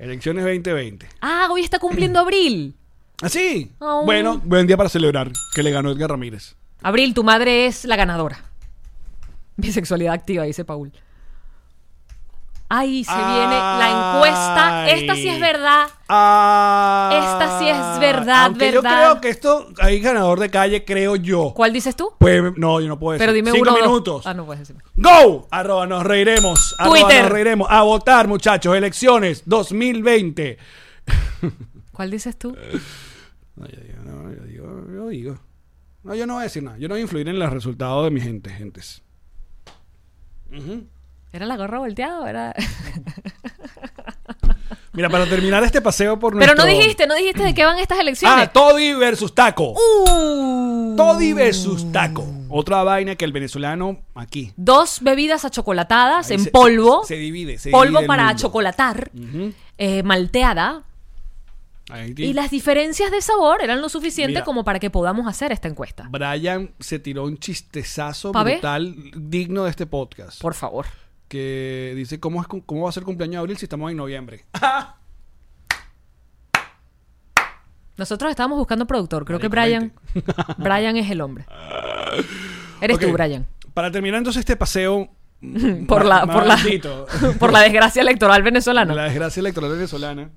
S3: Elecciones 2020.
S2: Ah, hoy está cumpliendo abril.
S3: Así.
S2: Oh.
S3: ¿Ah, Bueno, buen día para celebrar que le ganó Edgar Ramírez.
S2: Abril, tu madre es la ganadora. Bisexualidad activa, dice Paul. Ay, se viene la encuesta.
S3: Ay.
S2: Esta sí es verdad.
S3: Ah,
S2: Esta sí es verdad,
S3: aunque
S2: verdad.
S3: Yo creo que esto hay ganador de calle, creo yo.
S2: ¿Cuál dices tú?
S3: Pues no, yo no puedo decir.
S2: Pero dime
S3: Cinco
S2: uno o dos.
S3: minutos.
S2: Ah, no puedes decirme.
S3: ¡Go! Arroba, nos reiremos. Arroba,
S2: Twitter.
S3: nos reiremos. A votar, muchachos. Elecciones 2020.
S2: ¿Cuál dices tú?
S3: No, yo digo, no, yo digo, yo digo. No, yo no voy a decir nada. Yo no voy a influir en los resultados de mi gente, gentes.
S2: ¿Era la gorra volteada o era.?
S3: Mira, para terminar este paseo por
S2: Pero no
S3: nuestro-
S2: dijiste, no dijiste de qué van estas elecciones.
S3: Ah, Toddy versus Taco.
S2: Uh.
S3: Toddy versus Taco. Otra vaina que el venezolano aquí.
S2: Dos bebidas achocolatadas
S3: Ahí
S2: en
S3: se-
S2: polvo.
S3: Se divide. se divide
S2: polvo
S3: el
S2: para
S3: mundo.
S2: achocolatar. eh, malteada.
S3: Ahí
S2: Y
S3: ti-
S2: las diferencias de sabor eran lo suficiente
S3: Mira.
S2: como para que podamos hacer esta encuesta.
S3: Brian se tiró un chistezazo
S2: Pa' ver.
S3: brutal digno de este podcast.
S2: Por favor.
S3: Que dice: ¿cómo, es, cum- ¿Cómo va a ser cumpleaños de abril si estamos en noviembre?
S2: Nosotros estábamos buscando productor. Creo que Brian.
S3: Marico,
S2: Brian es el hombre. Eres
S3: Ok.
S2: tú, Brian.
S3: Para terminar entonces este paseo. mm,
S2: Por la,
S3: ma-
S2: por, la,
S3: maldito.
S2: por la desgracia electoral venezolana.
S3: La desgracia electoral venezolana.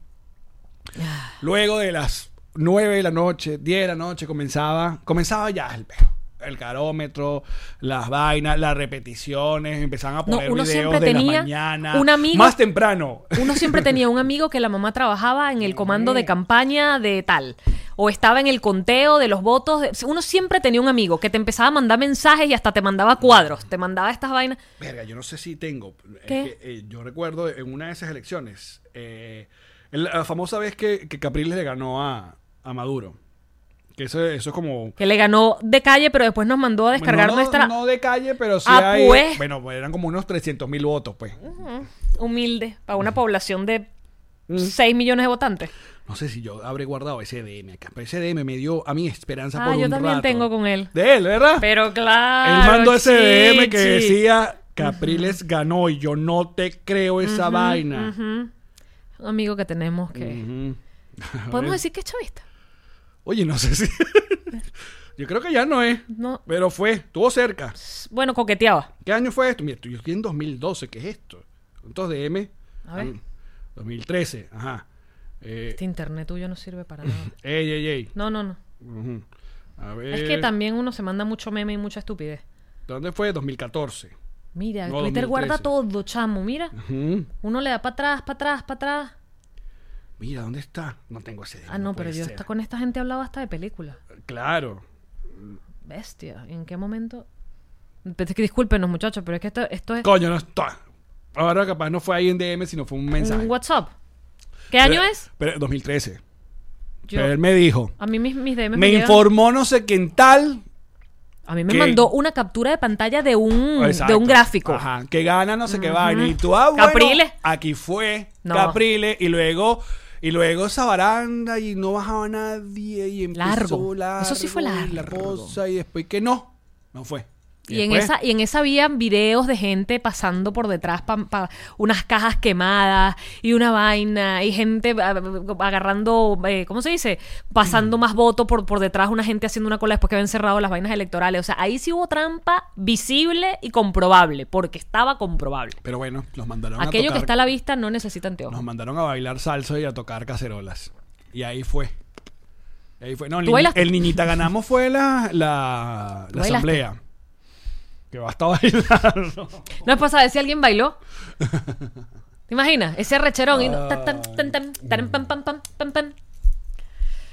S2: Ah.
S3: Luego de las 9 de la noche, 10 de la noche, comenzaba, comenzaba ya el peo. El carómetro, las vainas, las repeticiones, empezaban a
S2: No,
S3: poner
S2: uno
S3: videos
S2: siempre
S3: de la
S2: tenía
S3: mañana.
S2: un amigo-
S3: Más temprano.
S2: Uno siempre tenía un amigo que la mamá trabajaba en el comando de campaña de tal. O estaba en el conteo de los votos. de- Uno siempre tenía un amigo que te empezaba a mandar mensajes y hasta te mandaba cuadros. Te mandaba estas vainas.
S3: Verga, yo no sé si tengo. Es
S2: ¿Qué?
S3: que, eh, yo recuerdo en una de esas elecciones, eh, el- la famosa vez que, que Capriles le ganó a, a Maduro. Que eso, eso es como
S2: Que le ganó de calle, pero después nos mandó a descargar
S3: no,
S2: nuestra
S3: No de calle, pero sí
S2: Ah,
S3: hay.
S2: pues.
S3: Bueno, pues, eran como unos 300 mil votos, pues.
S2: humilde para
S3: Mm.
S2: una población de 6 millones de votantes.
S3: No sé si yo habré guardado ese DM acá. Pero ese DM me dio a mí esperanza
S2: Ah,
S3: por un
S2: yo también
S3: rato.
S2: tengo con él.
S3: De él, ¿verdad?
S2: Pero claro.
S3: él mandó ese DM que
S2: chichi.
S3: decía Capriles ganó y yo no te creo esa vaina. Mm,
S2: Ujú. Un amigo que tenemos que.
S3: Ujú.
S2: Podemos decir que es chavista.
S3: Oye, no sé si. Yo creo que ya no es.
S2: No.
S3: Pero fue, estuvo cerca.
S2: Bueno, coqueteaba.
S3: ¿Qué año fue esto? Mira, yo estoy en 2012, ¿qué es esto? ¿Cuántos DM?
S2: A ver.
S3: Mm, 2013, ajá. Eh,
S2: Este internet tuyo no sirve para nada.
S3: ey, ey, ey.
S2: No, no, no.
S3: Ujú. A ver.
S2: Es que también uno se manda mucho meme y mucha estupidez.
S3: ¿Dónde fue? 2014.
S2: Mira,
S3: No,
S2: Twitter
S3: 2013.
S2: guarda todo, chamo, mira.
S3: Ujú.
S2: Uno le da para atrás, para atrás, para atrás.
S3: Mira, ¿dónde está? No tengo ese.
S2: Ah, no, pero
S3: puede
S2: yo
S3: ser.
S2: hasta con esta gente hablaba hasta de películas.
S3: Claro.
S2: Bestia, ¿en qué momento? Pero es que discúlpenos, muchachos, pero es que esto, esto es
S3: Coño, no está. Ahora capaz no fue ahí en DM, sino fue un mensaje.
S2: un WhatsApp. ¿Qué año
S3: Pero-
S2: es?
S3: Pero 2013.
S2: Yo-
S3: Pero él me dijo.
S2: a mí mis, mis DMs
S3: Me
S2: llegan-
S3: informó no sé quién tal.
S2: A mí me
S3: que-
S2: mandó una captura de pantalla de un, Mm, de
S3: Exacto.
S2: un gráfico.
S3: Ajá, que gana no sé qué vaina. Y tú, ah, bueno,
S2: Capriles.
S3: Aquí fue
S2: No.
S3: Capriles. Y luego, y luego esa baranda y no bajaba nadie. Y empezó
S2: Largo. Eso sí fue
S3: largo, y la
S2: largo.
S3: cosa, y después que no. No fue.
S2: Y en,
S3: después-
S2: esa, y en esa había videos de gente pasando por detrás pa- pa- unas cajas quemadas y una vaina y gente ah, agarrando, eh, ¿cómo se dice? Pasando más votos por, por detrás, una gente haciendo una cola después que habían cerrado las vainas electorales. O sea, ahí sí hubo trampa visible y comprobable, porque estaba comprobable.
S3: Pero bueno, nos mandaron
S2: Aquello
S3: a tocar,
S2: que está a la vista no necesita
S3: Nos
S2: anteojos.
S3: mandaron a bailar salsa y a tocar cacerolas. Y ahí fue. Y ahí fue. No, el,
S2: ¿Tú
S3: niñi-
S2: bailaste?
S3: el niñita ganamos fue la, la, la
S2: bailaste?
S3: asamblea. Que basta bailar.
S2: No es pasada, si alguien bailó. ¿Te imaginas? Ese recherón. y
S3: Ah.
S2: no- tan, tan, tan, tan, taran, pam, pam, pam, pam, pam.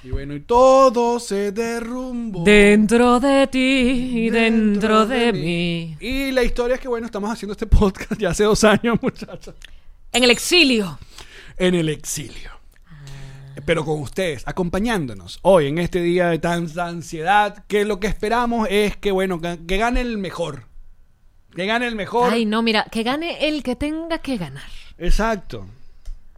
S3: Y bueno, y todo se derrumbó.
S2: Dentro de ti y dentro de mí.
S3: Y la historia es que, bueno, estamos haciendo este podcast ya hace dos años, muchachos.
S2: En el exilio.
S3: En el exilio. Pero con ustedes, acompañándonos hoy en este día de tanta ansiedad, que lo que esperamos es que, bueno, ga- que gane el mejor. Que gane el mejor.
S2: Ay, no, mira, que gane el que tenga que ganar.
S3: Exacto.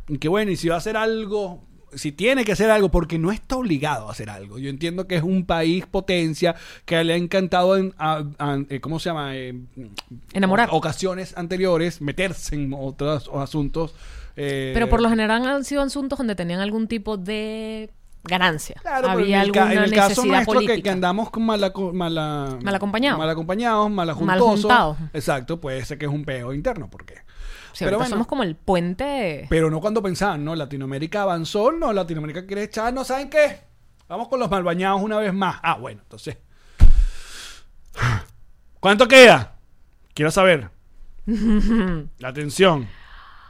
S3: Y que bueno, y si va a hacer algo, si tiene que hacer algo, porque no está obligado a hacer algo. Yo entiendo que es un país potencia que le ha encantado, en, a- a- eh, ¿cómo se llama? Eh,
S2: Enamorar.
S3: o- Ocasiones anteriores, meterse en otros asuntos. eh,
S2: Pero por lo general han sido asuntos donde tenían algún tipo de ganancia.
S3: Claro, pero
S2: Había
S3: en el, ca-
S2: alguna
S3: en el caso
S2: necesidad
S3: nuestro que,
S2: política.
S3: que andamos con mala, co- mala,
S2: Mal acompañados.
S3: mal acompañados, mal
S2: Mal
S3: juntosos.
S2: juntados.
S3: Exacto, puede ser que es un peo interno, porque.
S2: Sí,
S3: pero
S2: ahorita
S3: bueno.
S2: somos como el puente.
S3: Pero no cuando pensaban, no, Latinoamérica avanzó, no, Latinoamérica quiere echar, no saben qué. Vamos con los malbañados una vez más. Ah, bueno, entonces. ¿Cuánto queda? Quiero saber. Atención.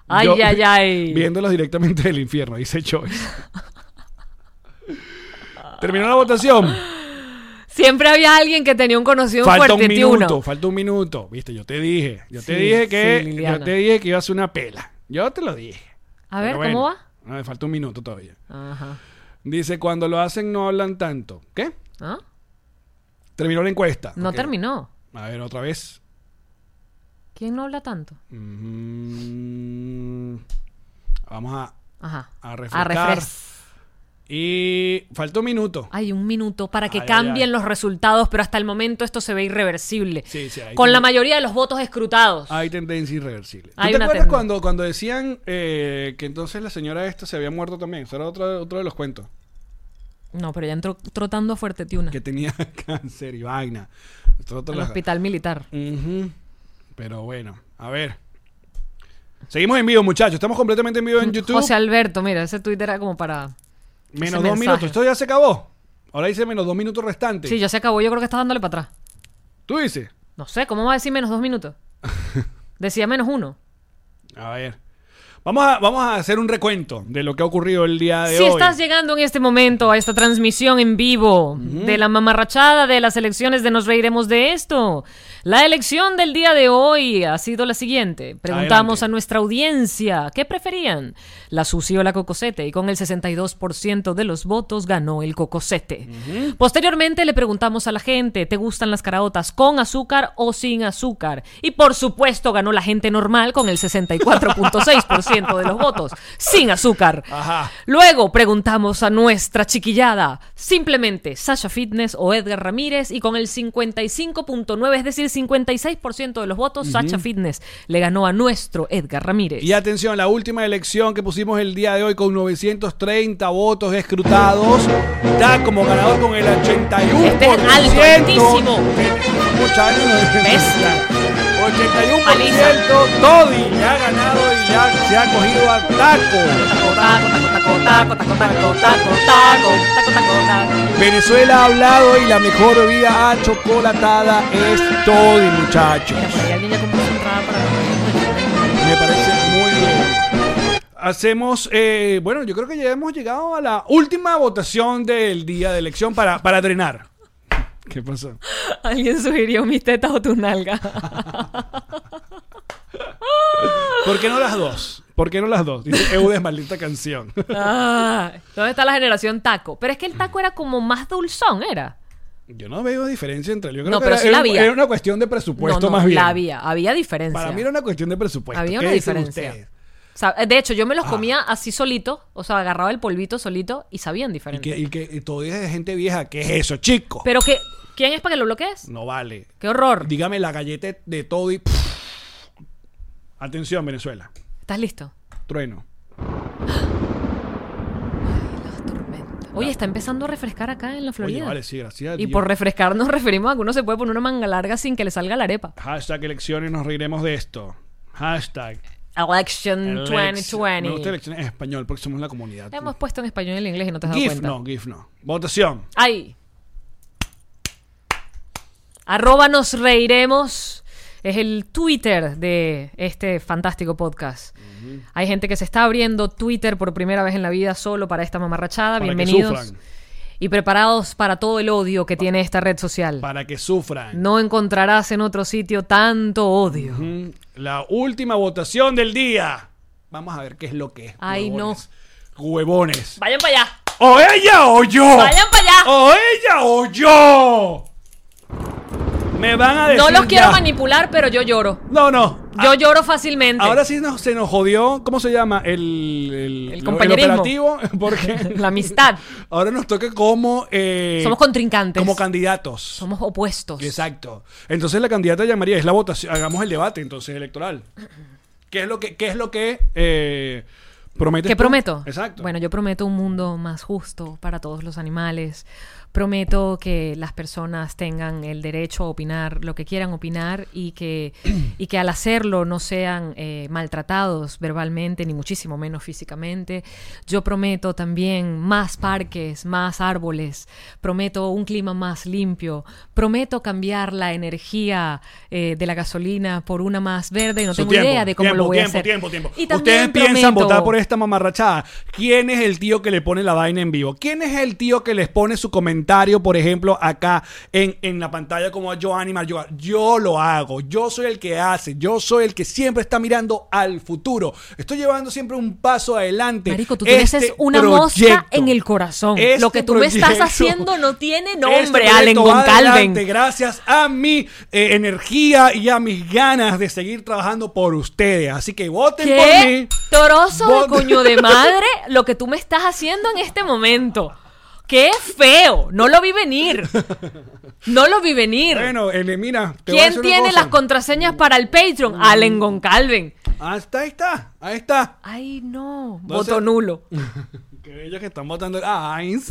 S2: Ay,
S3: Yo-
S2: ay, ay.
S3: Viéndolos directamente del infierno, dice Choice. Terminó la votación.
S2: Siempre había alguien que tenía un conocido
S3: Falta un
S2: fuerte
S3: minuto, falta un minuto. Viste, yo te dije. Yo te
S2: Sí,
S3: dije
S2: sí,
S3: que.
S2: Liliana.
S3: yo te dije que iba a hacer una pela. Yo te lo dije.
S2: A ver,
S3: Pero
S2: ¿cómo
S3: bueno,
S2: va?
S3: a ver, falta un minuto todavía.
S2: Ajá.
S3: Dice, cuando lo hacen no hablan tanto. ¿Qué?
S2: ¿Ah?
S3: Terminó la encuesta.
S2: No
S3: Ok.
S2: terminó.
S3: A ver, otra vez.
S2: ¿Quién no habla tanto?
S3: Mm, vamos a,
S2: Ajá.
S3: a
S2: A
S3: refrescar.
S2: refres.
S3: Y falta un minuto.
S2: Hay un minuto para que
S3: Ay, ay,
S2: cambien
S3: ay.
S2: los resultados, pero hasta el momento esto se ve irreversible.
S3: Sí, sí, hay
S2: Con la
S3: ten-
S2: mayoría de los votos escrutados.
S3: Hay tendencia irreversible. ¿Tú
S2: Hay
S3: te
S2: una
S3: acuerdas
S2: tenda.
S3: cuando, cuando decían eh, que entonces la señora esta se había muerto también? Eso era otro, otro de los cuentos.
S2: No, pero ya entró trotando fuerte, Tiuna.
S3: Que tenía cáncer y vaina. Esto era otro
S2: Al
S3: de los-
S2: hospital militar.
S3: Ujú. Pero bueno, a ver. Seguimos en vivo, muchachos. Estamos completamente en vivo en YouTube.
S2: José Alberto, mira, ese Twitter era como para...
S3: Menos
S2: Ese
S3: dos
S2: mensaje.
S3: minutos. Esto ya se acabó. Ahora dice menos dos minutos restantes.
S2: Sí, ya se acabó, yo creo que estás dándole para atrás.
S3: Tú dices.
S2: No sé, ¿cómo va a decir menos dos minutos? Decía menos uno.
S3: A ver. Vamos a, vamos a hacer un recuento de lo que ha ocurrido el día de
S2: Si
S3: hoy.
S2: estás llegando en este momento a esta transmisión en vivo de la mamarrachada de las elecciones de Nos Reiremos de Esto, la elección del día de hoy ha sido la siguiente. Preguntamos
S3: Adelante.
S2: a nuestra audiencia, ¿qué preferían? ¿La Susi o la Cocosete? Y con el 62% de los votos ganó el Cocosete. Posteriormente le preguntamos a la gente, ¿te gustan las caraotas con azúcar o sin azúcar? Y por supuesto ganó la gente normal con el 64.6%. 50% de los votos sin azúcar.
S3: Ajá.
S2: Luego preguntamos a nuestra chiquillada, simplemente Sasha Fitness o Edgar Ramírez, y con el 55.9, es decir, 56% de los votos, Sasha Fitness le ganó a nuestro Edgar Ramírez.
S3: Y atención, la última elección que pusimos el día de hoy con 930 votos escrutados, da como ganador con el 81%.
S2: Este es alto, altísimo.
S3: Muchachos,
S2: Bestia.
S3: 81%
S2: Paliza.
S3: Toddy le ha ganado y ya se ha cogido a taco.
S2: Taco, taco, taco, taco, taco, taco, taco, taco, taco, taco.
S3: Venezuela ha hablado y la mejor bebida achocolatada es Toddy, muchachos.
S2: Mira, por ahí alguien ya compró su entrada para-
S3: Me parece muy bien. Hacemos, eh, bueno, yo creo que ya hemos llegado a la última votación del día de elección para, para drenar. ¿Qué pasó?
S2: Alguien sugirió mis tetas o tus nalgas.
S3: ¿Por qué no las dos? ¿Por qué no las dos? Dice Eudes, maldita canción.
S2: Ah, ¿Dónde está la generación taco? Pero es que el taco era como más dulzón, ¿era?
S3: Yo no veo diferencia entre. Yo creo
S2: No,
S3: que
S2: pero
S3: era,
S2: sí la
S3: era-
S2: había.
S3: era una cuestión de presupuesto
S2: no, no,
S3: más bien.
S2: la había, había diferencia.
S3: Para mí era una cuestión de presupuesto.
S2: Había
S3: ¿Qué
S2: una
S3: dicen
S2: diferencia.
S3: ustedes?
S2: O sea, de hecho, yo me
S3: Ah.
S2: los comía así solito, o sea, agarraba el polvito solito y sabían
S3: Y
S2: diferente.
S3: que, y que y todavía es de gente vieja. ¿Qué es eso, chico?
S2: Pero que, ¿quién es para que lo bloquees?
S3: no vale.
S2: ¡Qué horror!
S3: Dígame la galleta de Toddy. Atención, Venezuela.
S2: ¿Estás listo?
S3: Trueno.
S2: Oye, está empezando a refrescar acá en la Florida.
S3: Oye, vale, sí, gracias. a
S2: Y
S3: Dios.
S2: por refrescar nos referimos a que uno se puede poner una manga larga sin que le salga la arepa.
S3: Hashtag elecciones, nos reiremos de esto. Hashtag.
S2: Election
S3: elex- Me gusta
S2: 2020.
S3: elecciones en español porque somos la comunidad.
S2: Hemos puesto en español y en inglés y no te has dado
S3: GIF
S2: cuenta. Ah,
S3: no, GIF no. Votación.
S2: ¡Ay! Arroba nos reiremos. Es el Twitter de este fantástico podcast. Hay gente que se está abriendo Twitter por primera vez en la vida solo para esta mamarrachada.
S3: Para que
S2: Bienvenidos.
S3: sufran.
S2: Y preparados para todo el odio que tiene esta red social.
S3: Para que sufran.
S2: No encontrarás en otro sitio tanto odio.
S3: Mm, La última votación del día. Vamos a ver qué es lo que es.
S2: Ay,
S3: huevones. Huevones.
S2: Vayan para allá.
S3: O ella o yo.
S2: Vayan para allá.
S3: O ella o yo. Me van a decir.
S2: No los quiero
S3: ya.
S2: manipular, pero yo lloro.
S3: No, no.
S2: Yo lloro fácilmente.
S3: Ahora sí nos, se nos jodió, ¿cómo se llama? El, el,
S2: El
S3: lo-
S2: compañerismo.
S3: operativo, porque
S2: La amistad.
S3: ahora nos toca como... eh,
S2: Somos contrincantes.
S3: Como candidatos.
S2: Somos opuestos.
S3: Exacto. Entonces la candidata llamaría, es la votación, hagamos el debate entonces electoral. ¿Qué es lo que, qué es lo que eh, prometes
S2: ¿Qué
S3: tú?
S2: prometo?
S3: Exacto.
S2: Bueno, yo prometo un mundo más justo para todos los animales. Prometo que las personas tengan el derecho a opinar lo que quieran opinar y que, y que al hacerlo no sean eh, maltratados verbalmente, ni muchísimo menos físicamente. Yo prometo también más parques, más árboles. Prometo un clima más limpio. Prometo cambiar la energía eh, de la gasolina por una más verde. No
S3: Su
S2: tengo
S3: tiempo,
S2: idea de cómo
S3: tiempo,
S2: lo voy a
S3: tiempo,
S2: hacer.
S3: tiempo, tiempo.
S2: Y también
S3: Ustedes piensan
S2: prometo-
S3: votar por esta mamarrachada. ¿Quién es el tío que le pone la vaina en vivo? ¿Quién es el tío que les pone su comentario, por ejemplo, acá en, en la pantalla como yo animal? Yo, yo lo hago, yo soy el que hace, yo soy el que siempre está mirando al futuro. Estoy llevando siempre un paso adelante.
S2: Marico, tú
S3: Este
S2: tienes es una mosca
S3: proyecto,
S2: en el corazón.
S3: este
S2: Lo que tú me
S3: proyecto,
S2: estás haciendo no tiene
S3: este
S2: nombre,
S3: proyecto
S2: Allen
S3: va
S2: con
S3: adelante
S2: Calvin.
S3: gracias a mi eh, energía y a mis ganas de seguir trabajando por ustedes. Así que voten por mí.
S2: ¿Qué trozo de
S3: Vos-
S2: coño de madre lo que tú me estás haciendo en este momento? ¡Qué feo! No lo vi venir. No lo vi venir.
S3: Bueno, eh, mira, te voy a
S2: ¿Quién
S3: decir una
S2: tiene
S3: cosa. Mm.
S2: las contraseñas para el Patreon? Allen con Calvin.
S3: Ah, está, ahí está, ahí está.
S2: Ay, no.
S3: No
S2: Voto
S3: sé.
S2: nulo.
S3: Que ellos que están votando. Ah, Heinz.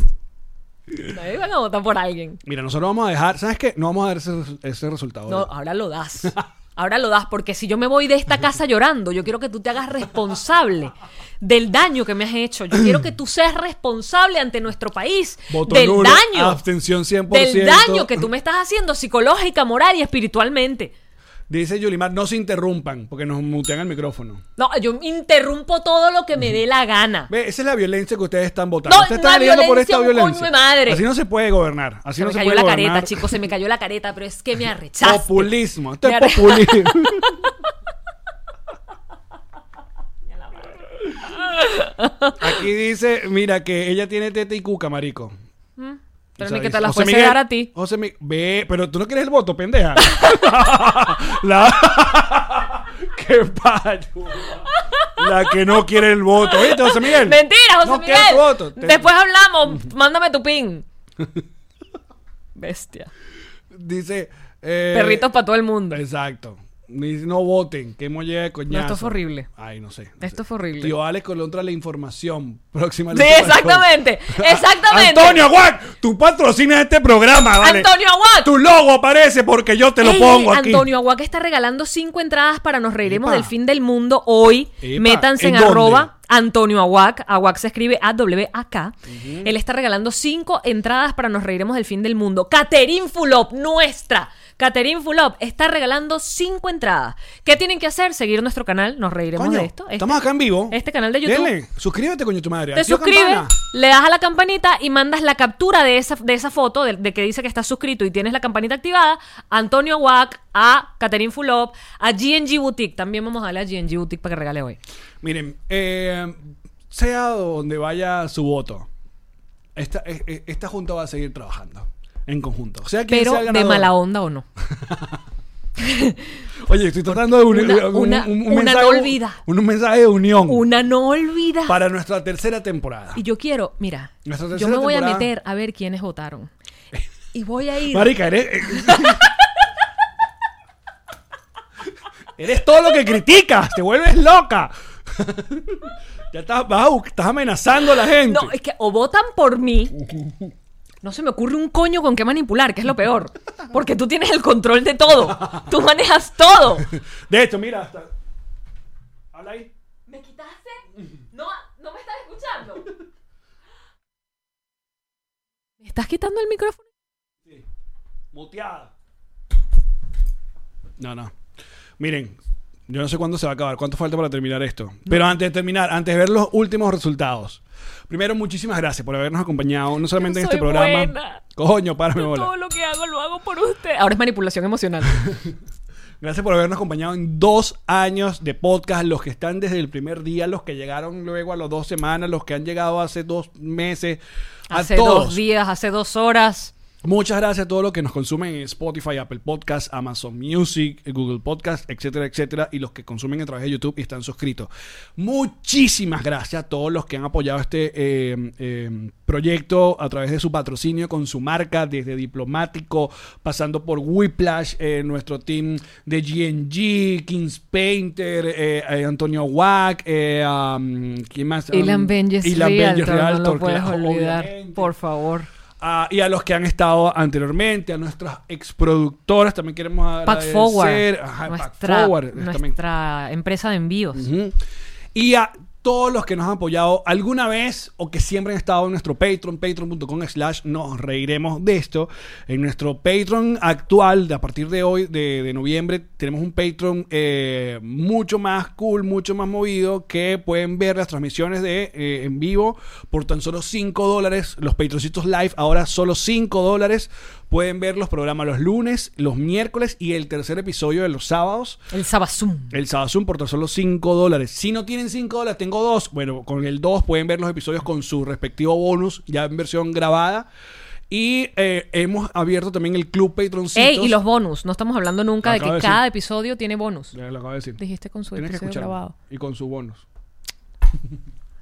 S2: Ahí van a votar por alguien.
S3: Mira, nosotros vamos a dejar, ¿sabes qué? No vamos a dar ese, ese resultado.
S2: No, ah, ahora lo das. Ahora lo das, porque si yo me voy de esta casa llorando, yo quiero que tú te hagas responsable del daño que me has hecho. Yo quiero que tú seas responsable ante nuestro país
S3: Voto
S2: del
S3: nulo,
S2: daño.
S3: abstención 100%.
S2: Del daño que tú me estás haciendo psicológica, moral y espiritualmente.
S3: Dice Yulimar, no se interrumpan porque nos mutean el micrófono.
S2: No, yo interrumpo todo lo que me dé la gana.
S3: Ve, esa es la violencia que ustedes están votando.
S2: No,
S3: ustedes
S2: una
S3: están viviendo por
S2: violencia,
S3: esta
S2: un coño
S3: violencia.
S2: de madre.
S3: Así no se puede gobernar. Así
S2: Se
S3: no
S2: me
S3: se
S2: cayó
S3: puede
S2: la
S3: gobernar.
S2: careta, chicos, se me cayó la careta, pero es que me arrechaste.
S3: Populismo. Esto
S2: Me
S3: es
S2: arre-
S3: populismo. Aquí dice, mira, que ella tiene teta y cuca, marico.
S2: Pero
S3: O sea,
S2: ni que te
S3: dice,
S2: las
S3: José
S2: fuese a
S3: Miguel,
S2: dar a ti.
S3: José Mi- ve, pero tú no quieres el voto, pendeja. La- ¡Qué payo! La que no quiere el voto. ¿Viste, José Miguel?
S2: Mentira, José
S3: no
S2: Miguel.
S3: Quiere tu voto. Te-
S2: Después hablamos. Mándame tu pin. Bestia.
S3: Dice. eh,
S2: Perritos para todo el mundo.
S3: Exacto. Dice, no voten, que molla de coñazo.
S2: No, esto fue horrible.
S3: Ay, no sé. no
S2: Esto
S3: sé.
S2: fue horrible.
S3: Tío Alex contra la información. Próxima
S2: Sí,
S3: lucha para el
S2: exactamente.
S3: gol.
S2: Exactamente.
S3: Antonio Aguac, tú patrocinas este programa, ¿vale?
S2: Antonio Aguac.
S3: Tu logo aparece porque yo te lo
S2: Ey,
S3: pongo aquí.
S2: Antonio Aguac está regalando cinco entradas para Nos Reiremos
S3: Epa.
S2: del Fin del Mundo hoy.
S3: Epa,
S2: Métanse en,
S3: ¿en dónde?
S2: arroba Antonio Aguac. Aguac se escribe A-W-A-K. Él está regalando cinco entradas para Nos Reiremos del Fin del Mundo. Caterín Fulop, nuestra. Caterín Fulop está regalando cinco entradas. ¿Qué tienen que hacer? Seguir nuestro canal. Nos Reiremos
S3: Coño,
S2: de esto. Este-
S3: estamos acá en vivo.
S2: este canal de YouTube.
S3: Dele, suscríbete, coño, tu madre.
S2: Te
S3: Activa
S2: suscribes,
S3: campana.
S2: le das a la campanita y mandas la captura de esa, de esa foto, de, de que dice que estás suscrito y tienes la campanita activada, a Antonio Wack, a Caterin Fulop, a GNG Boutique. También vamos a darle a GNG Boutique para que regale hoy.
S3: Miren, eh, sea donde vaya su voto, esta, eh, eh, esta junta va a seguir trabajando en conjunto. Sea quien
S2: Pero
S3: sea
S2: de
S3: ganador.
S2: mala onda o no.
S3: Oye, estoy tratando de unir
S2: Una- una- una no olvida.
S3: Un, un mensaje de unión
S2: Una no olvida.
S3: Mm. para nuestra tercera temporada.
S2: Y yo quiero, mira,
S3: Nuestra
S2: yo
S3: tercera
S2: me voy
S3: temporada.
S2: a meter a ver quiénes votaron. Y voy a ir.
S3: Marica, eres. eh, eres todo lo que criticas, te vuelves loca. ya estás, vas a bu- estás amenazando a la gente.
S2: No, es que o votan por mí. No se me ocurre un coño con qué manipular, que es lo peor. Porque tú tienes el control de todo. Tú manejas todo.
S3: De hecho, mira, hasta. Habla ahí.
S2: ¿Me quitaste? No, no me estás escuchando. ¿Me estás quitando el micrófono?
S3: Muteada. No, no. Miren, yo no sé cuándo se va a acabar, cuánto falta para terminar esto. Pero antes de terminar, antes de ver los últimos resultados. Primero, muchísimas gracias por habernos acompañado, no solamente en
S2: soy
S3: este programa.
S2: buena.
S3: Coño, párame, bola.
S2: Todo lo que hago lo hago por usted. Ahora es manipulación emocional.
S3: Gracias por habernos acompañado en dos años de podcast, los que están desde el primer día, los que llegaron luego a las dos semanas, los que han llegado hace dos meses, a
S2: Hace
S3: todos.
S2: dos días, hace dos horas.
S3: Muchas gracias a todos los que nos consumen en Spotify, Apple Podcast, Amazon Music, Google Podcast, etcétera, etcétera, y los que consumen a través de YouTube y están suscritos. Muchísimas gracias a todos los que han apoyado este eh, eh, proyecto a través de su patrocinio con su marca, desde Diplomático, pasando por Whiplash, eh, nuestro team de GNG, Kings Painter, eh, eh, Antonio Wack, eh, um, ¿quién más?
S2: Ilan
S3: Um,
S2: Benjes
S3: Ilan Benjes
S2: Realtor, no
S3: Realtor,
S2: lo puedes
S3: claro,
S2: olvidar.
S3: obviamente.
S2: Por favor.
S3: Ah, y a los que han estado anteriormente, a nuestras exproductoras, también queremos
S2: Pack
S3: agradecer.
S2: Forward.
S3: Ajá, Pack
S2: nuestra
S3: Forward, eh, también.
S2: nuestra empresa de envíos.
S3: Ujú. Y a todos los que nos han apoyado alguna vez o que siempre han estado en nuestro Patreon, patreon.com slash nos reiremos de esto. En nuestro Patreon actual, de a partir de hoy, de, de noviembre, tenemos un Patreon eh, mucho más cool, mucho más movido, que pueden ver las transmisiones de eh, en vivo por tan solo 5 dólares. Los Patroncitos Live ahora solo 5 dólares. Pueden ver los programas los lunes, los miércoles y el tercer episodio de los sábados.
S2: El Sabazum.
S3: El Sabazum por tan solo 5 dólares. Si no tienen 5 dólares, tengo 2. Bueno, con el 2 pueden ver los episodios con su respectivo bonus, ya en versión grabada. Y eh, hemos abierto también el Club Patroncitos.
S2: Ey, y los bonus. No estamos hablando nunca
S3: Lo
S2: de
S3: acabo
S2: que
S3: de decir.
S2: cada episodio tiene bonus.
S3: Ya lo acabo de decir.
S2: Dijiste con su
S3: Tienes que
S2: episodio
S3: escucharlo.
S2: grabado.
S3: Y con su bonus.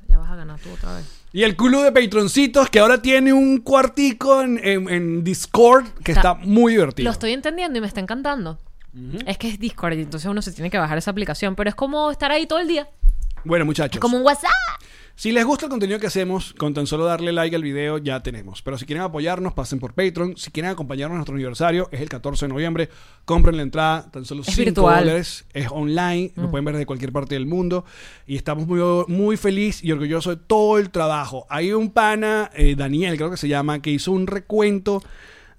S2: Ya vas a ganar tú otra vez.
S3: Y el Club de Patroncitos, que ahora tiene un cuartico en, en- en Discord, que está,
S2: Está-
S3: muy divertido.
S2: Lo estoy entendiendo y me está encantando. Es que es Discord, y entonces uno se tiene que bajar esa aplicación, pero es como estar ahí todo el día.
S3: Bueno, muchachos.
S2: Como un WhatsApp.
S3: Si les gusta el contenido que hacemos, con tan solo darle like al video ya tenemos. Pero si quieren apoyarnos, pasen por Patreon. Si quieren acompañarnos en nuestro aniversario, es el 14 de noviembre. Compren la entrada, tan solo
S2: Es
S3: 5
S2: virtual. Mm.
S3: dólares. Es online, lo pueden ver desde cualquier parte del mundo. Y estamos muy, muy feliz y orgullosos de todo el trabajo. Hay un pana, eh, Daniel creo que se llama, que hizo un recuento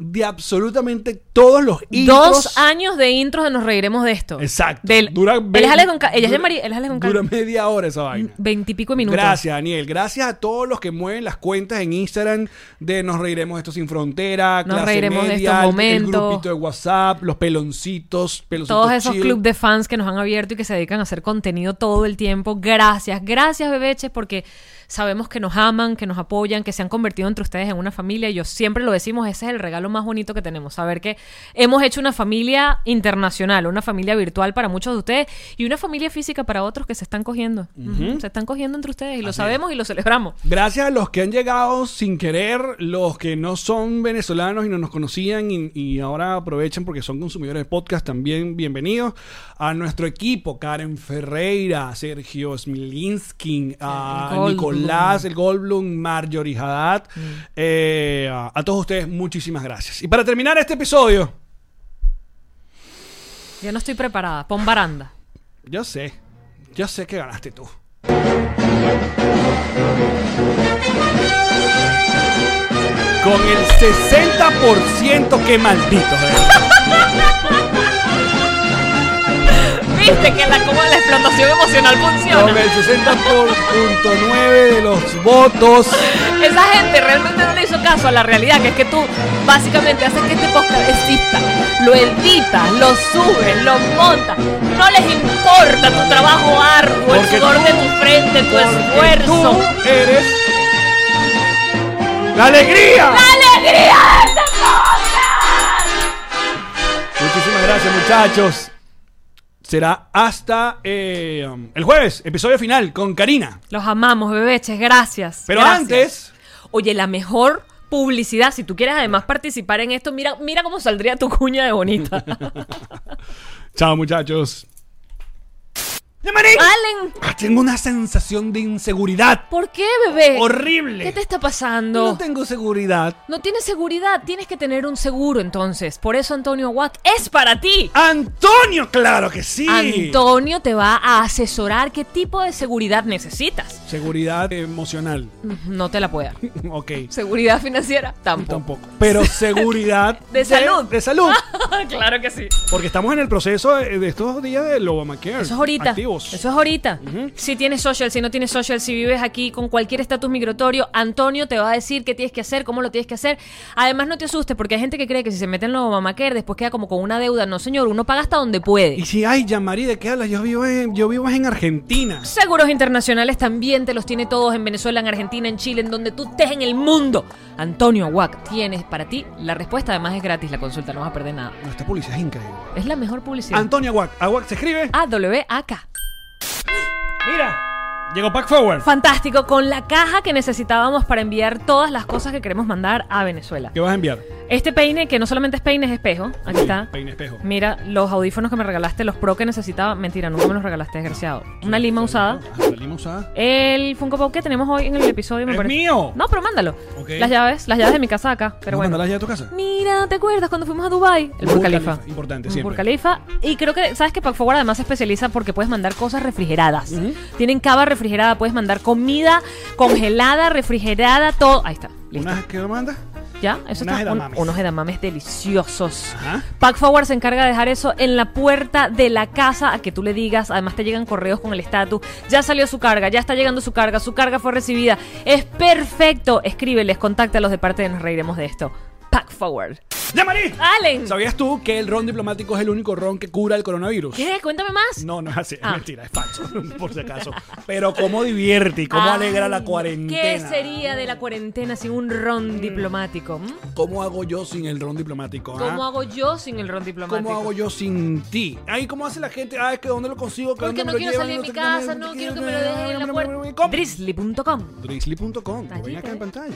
S3: de absolutamente todos los intros.
S2: Dos años de intros de nos reiremos de esto.
S3: Exacto.
S2: Del,
S3: Dura
S2: él
S3: ve-
S2: es Alex Gonca- ella es
S3: dura-
S2: de María- él es Alex Gonca-
S3: Dura media hora esa vaina.
S2: Veintipico de minutos.
S3: Gracias, Daniel. Gracias a todos los que mueven las cuentas en Instagram de Nos Reiremos de Esto Sin Frontera,
S2: Nos
S3: Clase
S2: Reiremos de
S3: Media,
S2: Estos
S3: el- el
S2: Momentos.
S3: grupito de WhatsApp, los peloncitos, peloncitos
S2: Todos esos
S3: chill.
S2: clubes de fans que nos han abierto y que se dedican a hacer contenido todo el tiempo. Gracias, gracias, bebeches, porque sabemos que nos aman, que nos apoyan, que se han convertido entre ustedes en una familia. Y yo siempre lo decimos, ese es el regalo más bonito que tenemos, saber que hemos hecho una familia internacional, una familia virtual para muchos de ustedes y una familia física para otros que se están cogiendo. Ujú, Se están cogiendo entre ustedes y lo sabemos y lo celebramos.
S3: Gracias a los que han llegado sin querer, los que no son venezolanos y no nos conocían y, y ahora aprovechan porque son consumidores de podcast también, bienvenidos a nuestro equipo, Karen Ferreira, Sergio Smilinski, a
S2: Goldblum.
S3: Nicolás, el Goldblum, Marjorie Haddad, eh, a, a todos ustedes muchísimas gracias. Y para terminar este episodio,
S2: Yo no estoy preparada. Pon baranda.
S3: yo sé, yo sé que ganaste tú. Con el 60% que maldito, ¿eh?
S2: Viste que la, como la explotación emocional funciona.
S3: Con el 60.9 de los votos.
S2: Esa gente realmente no le hizo caso a la realidad, que es que tú básicamente haces que este podcast exista, lo editas, lo subes, lo montas. No les importa tu trabajo arduo, el
S3: Porque
S2: sudor
S3: tú-
S2: de tu frente, tu
S3: porque
S2: esfuerzo.
S3: Tú eres. ¡La alegría!
S2: ¡Alegría! este
S3: Muchísimas gracias, muchachos. Será hasta eh, el jueves, episodio final con Karina.
S2: Los amamos, bebeches, gracias.
S3: Pero
S2: gracias.
S3: antes.
S2: Oye, la mejor publicidad, si tú quieres además participar en esto, mira, mira cómo saldría tu cuña de bonita.
S3: Chao, muchachos.
S2: Allen,
S3: Ah, Tengo una sensación de inseguridad
S2: ¿por qué, bebé?
S3: horrible.
S2: Eh, ¿Qué te está pasando?
S3: No tengo seguridad.
S2: No tienes seguridad, tienes que tener un seguro entonces. Por eso Antonio Watt es para ti.
S3: Antonio, claro que sí.
S2: Ah, Antonio te va a asesorar qué tipo de seguridad necesitas.
S3: Seguridad emocional.
S2: No te la puede dar.
S3: Ok.
S2: Seguridad financiera tampoco.
S3: Tampoco. Pero seguridad.
S2: De salud. Ah.
S3: De salud.
S2: claro que sí.
S3: Porque estamos en el proceso de de estos días del Obamacare.
S2: Eso es ahorita.
S3: Activos.
S2: Eso es ahorita. Si tienes social, si no tienes social, si vives aquí con cualquier estatus migratorio, Antonio te va a decir qué tienes que hacer, cómo lo tienes que hacer. Además, no te asustes, porque hay gente que cree que si se mete en los Obamacare después queda como con una deuda. No, señor, uno paga hasta donde puede.
S3: Y si, ay, Yamari, ¿de qué hablas? Yo vivo en, yo vivo en Argentina.
S2: Seguros internacionales también te los tiene todos en Venezuela, en Argentina, en Chile, en donde tú estés en el mundo. Antonio Aguac tienes para ti la respuesta. Además es gratis la consulta, no vas a perder nada.
S3: No, esta policía es increíble.
S2: Es la mejor publicidad.
S3: Antonio Aguac. Aguac se escribe.
S2: AWAK. Ah.
S3: Mira. Llegó Pack Forward.
S2: Fantástico, con la caja que necesitábamos para enviar todas las cosas que queremos mandar a Venezuela.
S3: ¿Qué vas a enviar?
S2: Este peine, que no solamente es peine, es espejo. Aquí está. Mm,
S3: Peine espejo.
S2: Mira, los audífonos que me regalaste, los pro que necesitaba. Mentira, nunca me los regalaste, desgraciado. Una lima usada.
S3: Ah, La lima usada.
S2: El Funko Pop que tenemos hoy en el episodio me
S3: ¡Es
S2: parece.
S3: mío!
S2: No, pero mándalo.
S3: Ok.
S2: Las llaves, las llaves de mi casa de acá, pero
S3: ¿Vamos
S2: bueno.
S3: a mandarla ya a tu casa?
S2: Mira, ¿te acuerdas cuando fuimos a Dubai? El Burj
S3: Burj
S2: Khalifa.
S3: Khalifa, importante,
S2: El
S3: siempre.
S2: Burj Khalifa. Y creo que, ¿sabes que Pack Forward además se especializa porque puedes mandar cosas refrigeradas. Tienen cava refrigerada, puedes mandar comida congelada, refrigerada, todo. Ahí está. Listo.
S3: ¿Unas que mandas?
S2: ¿Ya? Eso
S3: unas
S2: está.
S3: edamames.
S2: unos edamames deliciosos.
S3: Ajá.
S2: Pack Forward se encarga de dejar eso en la puerta de la casa a que tú le digas. Además, te llegan correos con el estatus. Ya salió su carga, ya está llegando su carga, su carga fue recibida. Es perfecto. Escríbeles, contáctalos de parte de Nos Reiremos de esto. Pack Forward.
S3: ¡Yamari!
S2: Allen.
S3: ¿Sabías tú que el ron diplomático es el único ron que cura el coronavirus?
S2: ¿Qué? Cuéntame más.
S3: No, no es así, es
S2: Ah.
S3: mentira, es falso, por si acaso. Pero cómo divierte y cómo
S2: Ay,
S3: alegra la cuarentena.
S2: Ah,
S3: Mm.
S2: ¿Qué sería de la cuarentena sin un ron diplomático? ¿m?
S3: ¿Cómo hago yo sin el ron diplomático? ah?
S2: ¿Cómo hago yo sin el ron diplomático?
S3: ¿Cómo hago yo sin ti? Ay, ¿cómo hace la gente? Ah, es que ¿dónde lo consigo? ¿Que
S2: Porque
S3: dónde
S2: no
S3: me lo
S2: quiero
S3: llevan?
S2: salir de mi
S3: sé qué,
S2: casa,
S3: me-
S2: no
S3: qué-
S2: quiero que me lo dejen en la puerta.
S3: Com.
S2: Drizzly.com
S3: Drizzly.com, lo
S2: Allí
S3: ven acá
S2: te
S3: en
S2: ve.
S3: pantalla.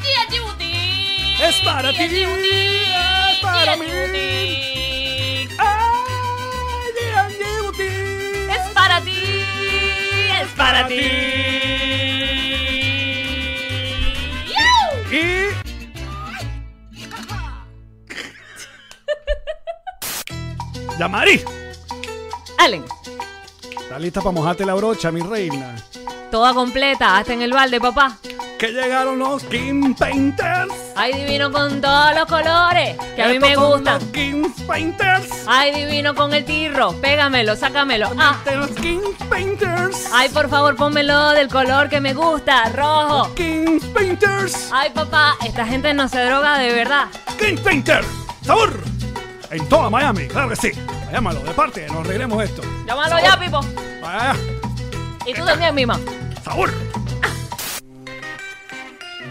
S2: Gia Judy!
S3: Es para
S2: Gia
S3: ti,
S2: Judy,
S3: es para
S2: Gia
S3: mí.
S2: Judy.
S3: ¡Ay, G&G Boutique!
S2: Es para ti, es para ti. ¡Yau!
S3: Y. Yamari,
S2: Allen,
S3: ¿estás lista para mojarte la brocha, mi reina?
S2: toda completa, hasta en el balde, papá.
S3: Que llegaron los King Painters.
S2: Ay, divino con todos los colores que a mí me
S3: Estos son
S2: gustan.
S3: Los Kings Painters.
S2: Ay, divino con el tirro. Pégamelo, sácamelo. Ah,
S3: De los Kings Painters.
S2: ay, por favor, pónmelo del color que me gusta, rojo.
S3: Kings Painters.
S2: Ay, papá, esta gente no se droga de verdad.
S3: King Painter. Sabor. En toda Miami, claro que sí. Llámalo, de parte, nos arreglemos esto.
S2: Llámalo ya, Pipo.
S3: Ah,
S2: Y tú también, Mima.
S3: sabor.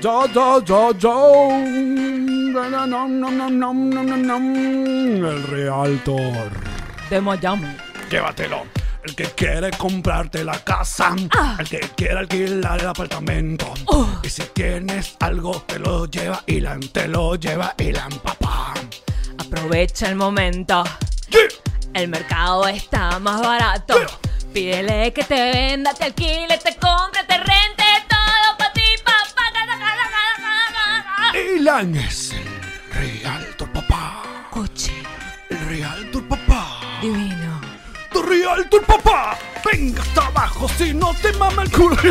S3: Yo, yo, yo, yo. Na, na, nom, nom, nom, nom, nom, nom, nom. El Realtor.
S2: De Miami.
S3: Llévatelo. El que quiere comprarte la casa. El que quiere alquilar el apartamento. Y si tienes algo, te lo lleva Ilan. Te lo lleva Ilan, papá.
S2: Aprovecha el momento. El mercado está más barato. Pídele que te venda, te alquile, te compre, te rente todo para ti, papá.
S3: Ilan es el Realtor, papá.
S2: Coche
S3: El Realtor, papá.
S2: divino.
S3: Tu Realtor, papá. Venga hasta abajo si no te mama el culo.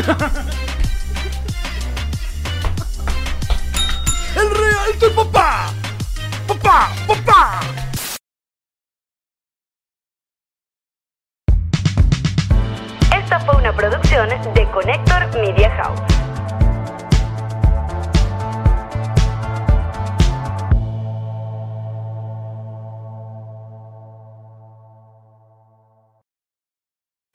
S3: El Realtor, papá. Papá, papá.
S5: Esta fue una producción de Connector Media House.